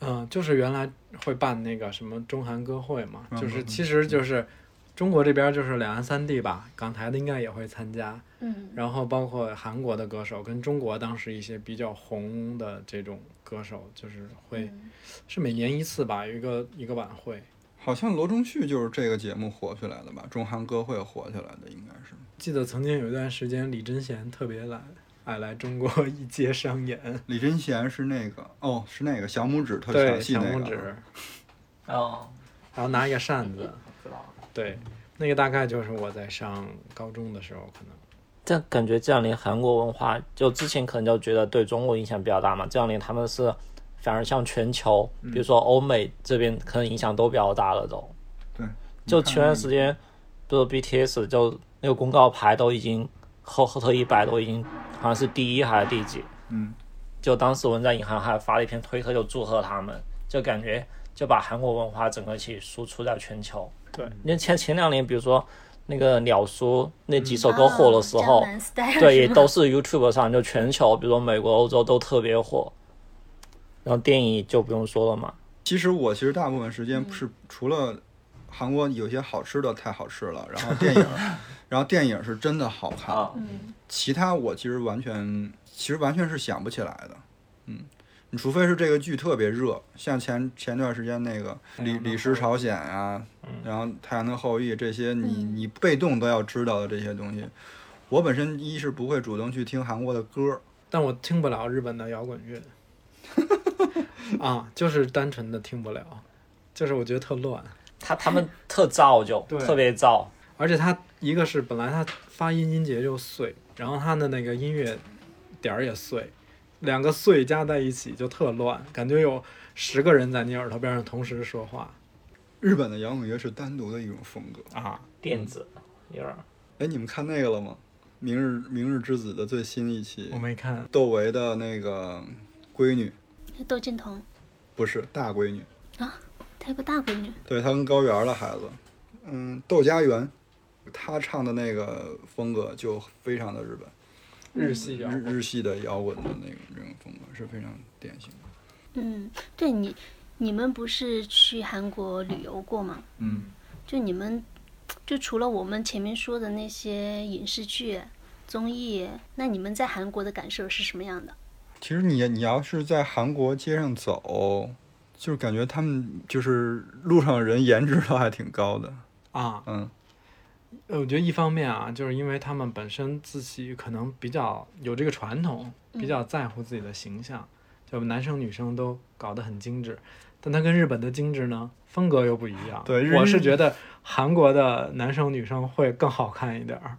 Speaker 1: 嗯，就是原来会办那个什么中韩歌会嘛，
Speaker 2: 嗯
Speaker 1: 就是
Speaker 2: 嗯
Speaker 1: 其实就是中国这边就是两岸三地吧，港台的应该也会参加，
Speaker 4: 嗯，
Speaker 1: 然后包括韩国的歌手跟中国当时一些比较红的这种歌手，就是
Speaker 2: 嗯
Speaker 1: 会、
Speaker 4: 嗯
Speaker 1: 是每年一次吧，有一个一个晚会。
Speaker 2: 好像罗中旭就是这个节目火起来的吧？中韩歌会火起来的应该是。
Speaker 1: 记得曾经有一段时间，李贞贤特别来爱来中国 一街商演，
Speaker 2: 李贞贤是那个哦，是那个小拇指特
Speaker 1: 对，
Speaker 2: 戏
Speaker 1: 小
Speaker 2: 那
Speaker 1: 拇
Speaker 2: 个。
Speaker 1: 指，
Speaker 3: 哦，
Speaker 1: 然后拿一个扇子，
Speaker 3: 知道了。
Speaker 1: 对，那个大概就是我在上高中的时候可能。
Speaker 3: 但感觉这两年韩国文化，就之前可能就觉得对中国影响比较大嘛，这两年他们是反而向全球，比如说欧美这边可能影响都比较大了都。
Speaker 2: 对，
Speaker 3: 就前段时间，不是 BTS 就那个公告牌都已经后后头一百都已经好像是第一还是第几，
Speaker 2: 嗯，
Speaker 3: 就当时文在银行还发了一篇推特就祝贺他们，就感觉就把韩国文化整个一起输出在全球。
Speaker 1: 对，
Speaker 3: 因为前前两年比如说那个鸟叔那几首歌火的时候，
Speaker 4: 嗯江南啊 style
Speaker 3: 对，
Speaker 4: 是
Speaker 3: 也
Speaker 4: 吗
Speaker 3: 都是 YouTube 上，就全球，比如说美国、欧洲都特别火。然后电影就不用说了嘛，
Speaker 2: 其实我其实大部分时间是除了韩国有些好吃的太好吃了，然后电影儿，然后电影儿是真的好看，
Speaker 3: 啊
Speaker 2: 其他我其实完全其实完全是想不起来的。嗯，你除非是这个剧特别热，像前前段时间那个李李氏朝鲜啊，然后《太阳的后裔》这些你你被动都要知道的这些东西。我本身一是不会主动去听韩国的歌，
Speaker 1: 但我听不了日本的摇滚 乐，啊，就是单纯的听不了，就是我觉得特乱，
Speaker 3: 他他们特燥就，
Speaker 1: 对
Speaker 3: 特别燥，
Speaker 1: 而且它一个是本来它发音音节就碎，然后它的那个音乐点儿也碎，两个碎加在一起就特乱，感觉有十个人在你耳朵边上同时说话
Speaker 2: 日本的摇滚乐是单独的一种风格。
Speaker 1: 啊，
Speaker 3: 电子有点儿
Speaker 2: 哎，你们看那个了吗？《明日明日之子》的最新一期
Speaker 1: 我，没看，
Speaker 2: 窦唯的那个闺女
Speaker 4: 窦靖童，
Speaker 2: 不是大闺女，
Speaker 4: 她有个大闺女，
Speaker 2: 对他跟高原的孩子，嗯，窦家园，他唱的那个风格就非常的日本，
Speaker 1: 日系摇滚，
Speaker 2: 日日系的摇滚的那种这种风格是非常典型的。
Speaker 4: 嗯，对你，你们不是去韩国旅游过吗？
Speaker 2: 嗯，
Speaker 4: 就你们，就除了我们前面说的那些影视剧、综艺，那你们在韩国的感受是什么样的？
Speaker 2: 其实你你要是在韩国街上走，就是感觉他们就是路上人颜值都还挺高的。
Speaker 1: 啊，
Speaker 2: 嗯，
Speaker 1: 呃我觉得一方面啊，就是因为他们本身自己可能比较有这个传统，比较在乎自己的形象，就男生女生都搞得很精致。但它跟日本的精致呢，风格又不一样。
Speaker 2: 对日
Speaker 1: 我是觉得韩国的男生女生会更好看一点儿，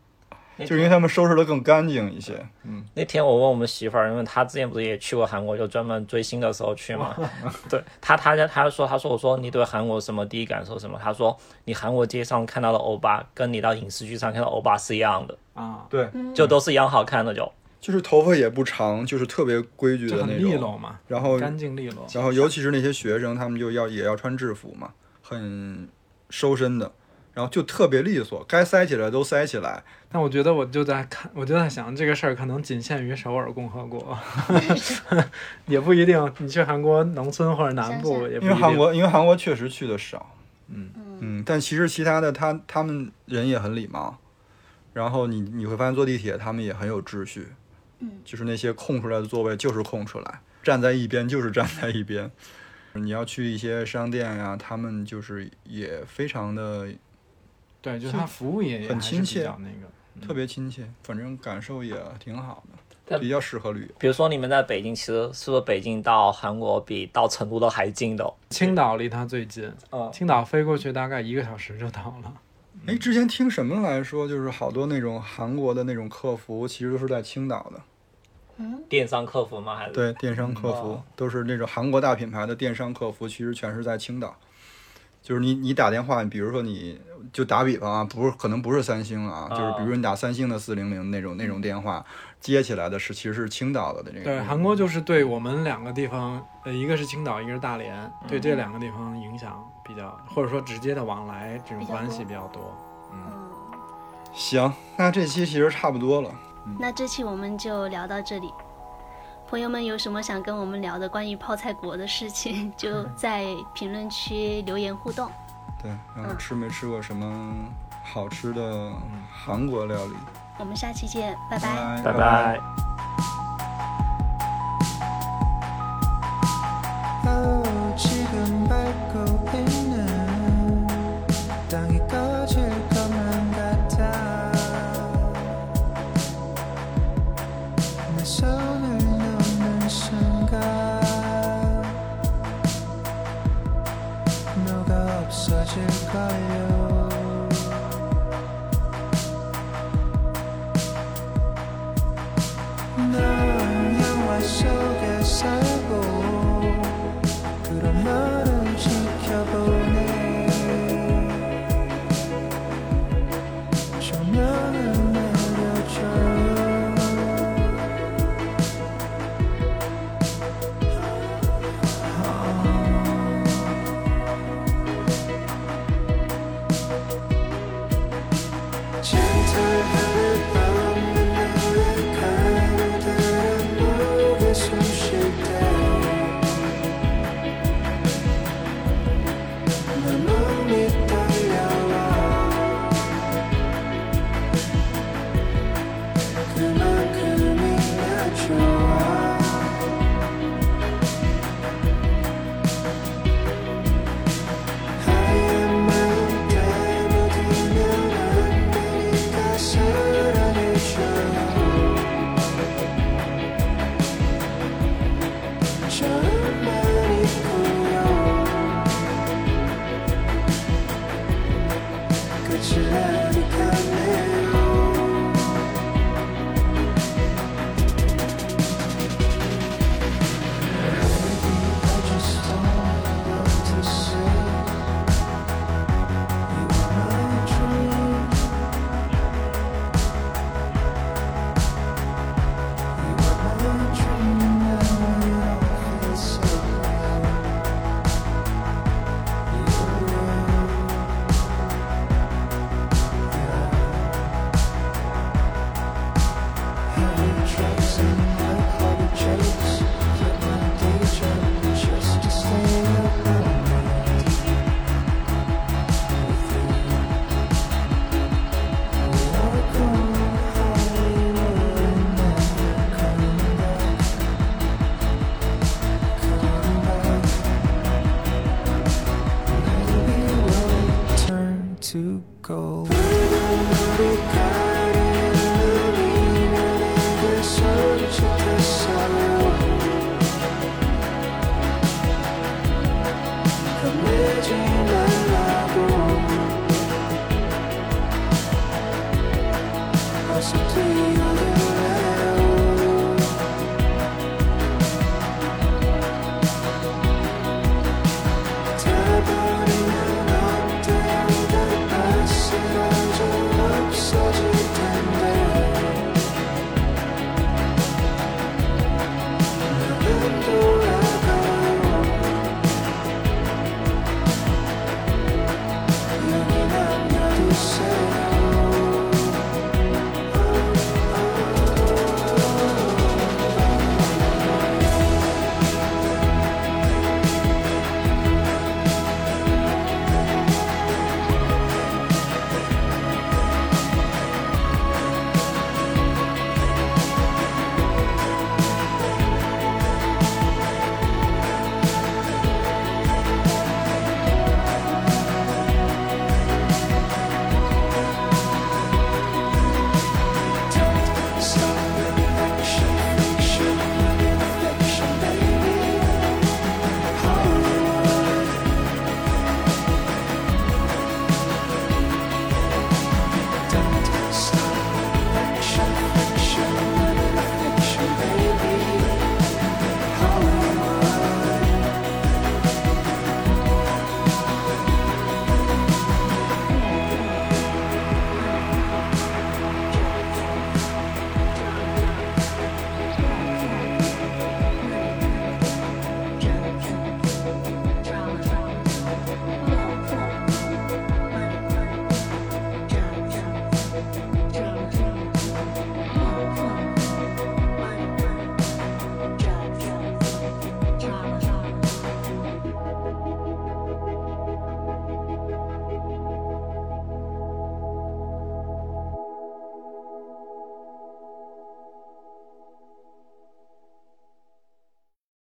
Speaker 2: 就是因为他们收拾的更干净一些。嗯，
Speaker 3: 那天我问我们媳妇儿，因为她之前不是也去过韩国，就专门追星的时候去嘛。 对她，她她她说，她说我说你对韩国什么第一感受什么？她说你韩国街上看到的欧巴，跟你到影视剧上看到欧巴是一样的，
Speaker 1: 啊，
Speaker 2: 对，
Speaker 3: 就都是一样好看的就。
Speaker 2: 就是头发也不长，就是特别规矩
Speaker 1: 就
Speaker 2: 的
Speaker 1: 很
Speaker 2: 那
Speaker 1: 利
Speaker 2: 种。
Speaker 1: 落嘛，
Speaker 2: 然后
Speaker 1: 干净利落。
Speaker 2: 然后尤其是那些学生，他们就要也要穿制服嘛，很收身的，然后就特别利索，该塞起来都塞起来。
Speaker 1: 但我觉得我就在看，我就在想这个事儿可能仅限于首尔共和 国，也不一定。你去韩国农村或者南
Speaker 4: 乡
Speaker 1: 部
Speaker 4: 下
Speaker 1: 也不
Speaker 2: 因
Speaker 1: 一
Speaker 2: 为
Speaker 1: 定。
Speaker 2: 韩国，因为韩国确实去的少，嗯嗯，但其实其他的他他们人也很礼貌，然后你你会发现坐地铁他们也很有秩序，嗯，就是那些空出来的座位就是空出来，站在一边就是站在一边。你要去一些商店呀、他们就是也非常的
Speaker 1: 对，就是他服务业也
Speaker 2: 很
Speaker 1: 还是
Speaker 2: 亲
Speaker 1: 比
Speaker 2: 切
Speaker 1: 较那个。
Speaker 2: 特别亲切，反正感受也挺好的，
Speaker 3: 但
Speaker 2: 比较适合旅游。
Speaker 3: 比如说你们在北京，其实是不是北京到韩国比到成都都还近的、哦？
Speaker 1: 青岛离它最近，
Speaker 3: 嗯，
Speaker 1: 青岛飞过去大概一个小时就到了。
Speaker 2: 哎，之前听什么来说，就是好多那种韩国的那种客服，其实都是在青岛的，
Speaker 3: 电商客服吗？还是？
Speaker 2: 对，电商客服
Speaker 3: 哦
Speaker 2: 都是那种韩国大品牌的电商客服，其实全是在青岛。就是你你打电话，比如说你就打比方啊，不是可能不是三星啊，就是
Speaker 3: 哦
Speaker 2: 比如你打三星的四零零那种那种电话，接起来的是其实是青岛的那个。
Speaker 1: 对，韩国就是对我们两个地方，呃，一个是青岛，一个是大连，
Speaker 2: 嗯
Speaker 1: 对这两个地方影响比较，或者说直接的往来这种关系比较多。
Speaker 3: 嗯
Speaker 2: 行，那这期其实差不多了。
Speaker 4: 那这期我们就聊到这里。朋友们有什么想跟我们聊的关于泡菜国的事情，就在评论区留言互动。
Speaker 2: 对，然后吃没吃过什么好吃的韩国料理？
Speaker 4: 我们下期见，拜拜。
Speaker 3: 嗯拜拜。
Speaker 5: 오 지금 밟고 있는 땅이 꺼질 것만 같아 내 손을 놓는 순간 너가 없어질걸요 난 영화 속에 살고 그런 너를 지켜보네 조명을 내려줘 젠틀 하룻밤 나의 가을들은 목에 숨쉴때 내 몸이 떨려와 그만큼이 나 좋아 하얀 맘때 묻으면 안 되니까 사랑해줘 정말 이쁘려 끝이 아득하네요 I just don't want to say You are my dream You are my dream now I feel so low You are real Just to stay up all night with you. We are going Hollywood and never coming back. Coming back. Maybe we'll turn to gold. closer to you.